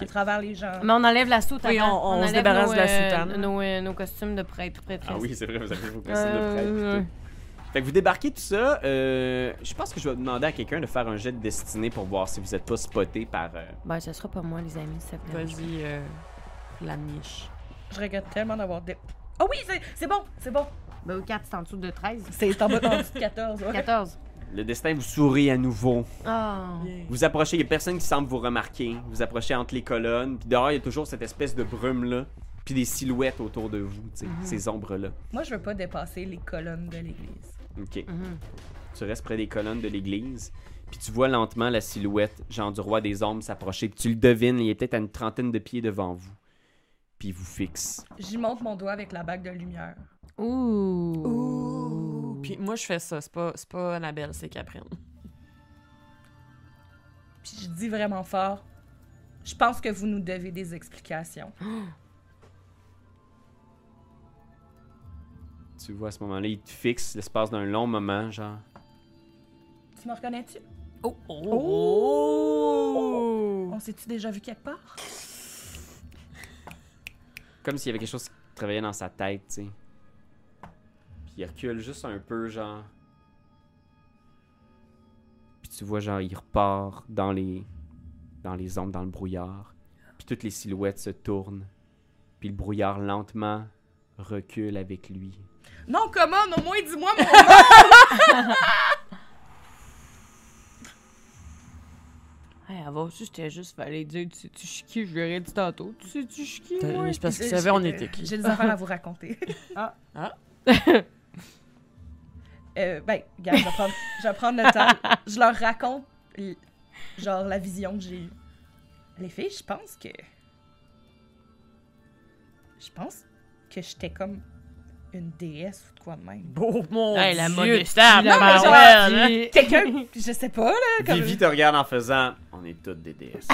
D: À travers les gens.
H: Mais on enlève la soutane.
C: Oui, on-
H: avant.
C: on se
H: enlève
C: débarrasse
H: nos,
C: de la
H: euh,
C: soutane.
H: nos, euh, nos costumes de prêtre, prêtresse.
B: Ah oui, c'est vrai, vous avez vos costumes de prêtre.
H: Euh,
B: Fait que vous débarquez tout ça. euh, je pense que je vais demander à quelqu'un de faire un jet de destinée pour voir si vous êtes pas spoté par. euh,
H: Ben, ce sera pas moi, les amis, s'il vous plaît.
C: Vas-y, euh, la niche.
D: Je regrette tellement d'avoir des. Ah oui, c'est- c'est bon, c'est bon.
G: Ben, 4, c'est en dessous de 13.
D: C'est en bas en dessous de 14. ouais.
G: 14.
B: Le destin vous sourit à nouveau.
H: Ah.
B: Vous approchez, il y a personne qui semble vous remarquer. Vous approchez entre les colonnes. Puis dehors, il y a toujours cette espèce de brume-là. Puis des silhouettes autour de vous, tu sais, ces ombres-là.
D: Moi, je veux pas dépasser les colonnes de l'église.
B: Ok. Tu restes près des colonnes de l'église. Puis tu vois lentement la silhouette, genre du roi des ombres, s'approcher. Puis tu le devines, il est peut-être à une trentaine de pieds devant vous. Puis il vous fixe.
D: J'y monte mon doigt avec la bague de lumière.
C: Ouh. Puis moi, je fais ça. C'est pas, c'est pas Annabelle, c'est Caprine.
D: Puis je dis vraiment fort Je pense que vous nous devez des explications.
B: Tu vois à ce moment-là, il te fixe l'espace d'un long moment, genre.
D: Tu me reconnais-tu
C: Oh, oh,
H: Oh!
D: On s'est-tu déjà vu quelque part
B: Comme s'il y avait quelque chose qui travaillait dans sa tête, tu sais. Puis il recule juste un peu, genre. Puis tu vois, genre, il repart dans les. dans les ombres, dans le brouillard. Puis toutes les silhouettes se tournent. Puis le brouillard lentement recule avec lui.
D: Non, comment Au moins, dis-moi mon
H: Hey, avant aussi, j'étais juste fallait dire, tu sais-tu je suis qui? Je lui aurais dit tantôt. Tu sais-tu je suis qui?
C: T'as-
H: moi?
C: C'est parce que (laughs) tu
D: J'ai-
C: savais, on
D: j'ai-
C: était qui.
D: J'ai des affaires à
C: (laughs)
D: vous raconter.
C: Ah. Ah.
D: (laughs) Euh, ben, regarde, je vais prendre, je vais prendre le temps. Je leur raconte, l- genre, la vision que j'ai eue. Les filles, je pense que. Je pense que j'étais comme une déesse ou de quoi de même.
C: Beau mon
F: Hey, la
C: Dieu,
F: modestie,
C: tabarnak,
F: la
G: Ah,
C: ouais, là.
F: modestie.
D: Quelqu'un, je sais pas, là, comme...
B: Vivi te regarde en faisant On est toutes des
C: (laughs)
B: déesses.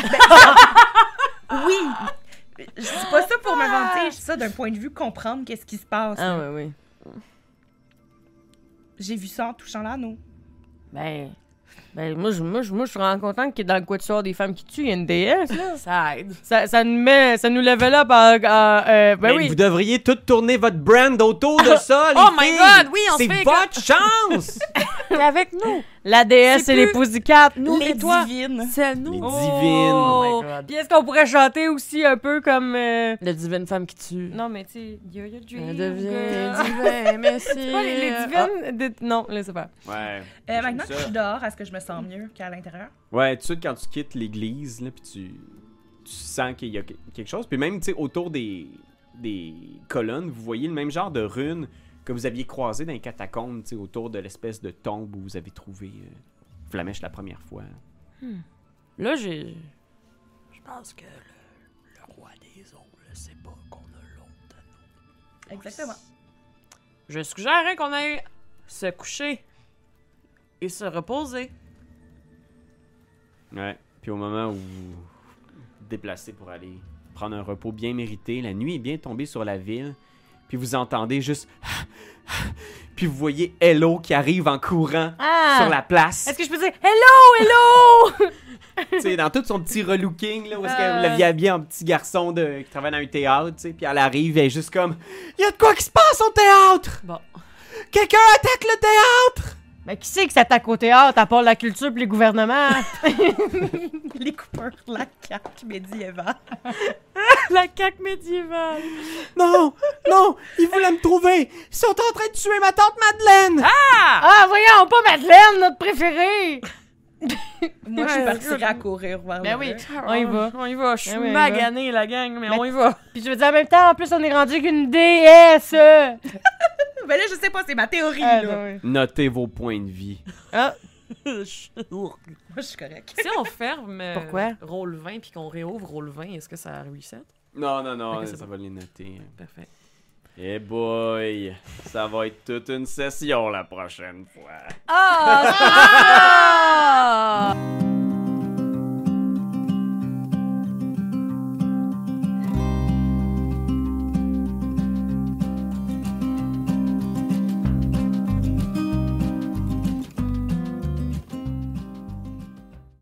C: Ben
D: Oui! Je dis pas ça pour me vanter, je dis ça d'un point de vue comprendre qu'est-ce qui se passe.
C: Ah ouais, oui.
D: J'ai vu ça en touchant l'anneau.
C: Ben,
G: Ben, moi, je, moi, je, moi, je suis vraiment contente qu'il y ait dans le coin de soir des femmes qui tuent, il y a une déesse. là.
C: ça aide.
G: (laughs) ça, ça nous met, ça nous level up en, en, euh, ben
B: Mais
G: oui.
B: Vous devriez toutes tourner votre brand autour
C: (laughs)
B: de ça, les
C: Oh my
B: filles.
C: God, oui, on se
B: C'est
C: fait
B: votre chance!
G: avec nous. La déesse
C: C'est
G: et les
C: plus
G: Pussycat, nous
D: Les
G: et toi.
D: divines.
C: C'est
B: Les
C: nous.
B: divines.
G: Oh.
C: Oh my God.
G: Puis est-ce qu'on pourrait chanter aussi un peu comme... euh,
C: La divine femme qui tue.
G: Non, mais tu sais, yo, yo, dream,
C: Elle
G: girl.
C: devient divine, mais (laughs) c'est... euh,
G: Ouais, les, les divines... des- Non, laissez faire.
B: Ouais.
D: Euh, maintenant que
B: ça.
D: je suis dehors, est-ce que je me sens mieux qu'à l'intérieur?
B: Ouais, tu sais, quand tu quittes l'église, là, puis tu, tu sens qu'il y a que- quelque chose. Puis même, tu sais, autour des, des colonnes, vous voyez le même genre de runes que vous aviez croisé dans les catacombes, tu sais, autour de l'espèce de tombe où vous avez trouvé euh, Flamèche la première fois.
C: ah, Là, j'ai...
I: Je pense que le, le roi des ombres sait pas qu'on a l'autre.
D: Exactement.
C: Je suggérerais qu'on aille se coucher et se reposer.
B: Ouais. Puis au moment où vous vous déplacez pour aller prendre un repos bien mérité, la nuit est bien tombée sur la ville. Puis vous entendez juste. (laughs) Puis vous voyez Hello qui arrive en courant
G: Ah.
B: sur la place.
G: Est-ce que je peux dire « Hello, hello! (laughs)
B: tu sais, dans tout son petit relooking, là, où est-ce qu'elle l'avait habillé en petit garçon de, qui travaille dans un théâtre, tu sais, puis elle arrive, elle est juste comme « Il y a de quoi qui se passe au théâtre!
C: Bon.
B: Quelqu'un attaque le théâtre! »
G: Mais qui c'est qui s'attaque au théâtre à part la culture pis les gouvernements?
D: (laughs) Les coupeurs, la carte médiévale.
C: (laughs) La caque médiévale.
B: Non! Non! Ils voulaient me trouver! Ils sont en train de tuer ma tante Madeleine!
G: ah, voyons, pas Madeleine, notre préférée!
D: Moi, je
C: Ouais,
D: partirais à courir vers
C: Ben
D: le-
C: oui,
G: On y va.
C: On y va. Je suis
G: Ben oui, on y va.
C: maganée, la gang, mais
G: Mais-
C: on y (laughs) va.
G: Puis je veux dire, en même temps, en plus, on est rendu qu'une déesse! euh.
D: Ben là, je sais pas, c'est ma théorie,
G: Ah,
D: là.
G: ben oui.
B: Notez vos points de vie.
D: Moi, je suis correcte.
C: si on ferme euh,
G: Pourquoi?
C: Rôle 20 puis qu'on réouvre Rôle 20, est-ce que ça reset?
B: Non, non, non,
C: Ok, c'est
B: ça va les noter.
C: Parfait.
B: Eh boy! Ça va être toute une session la prochaine fois.
C: Ah!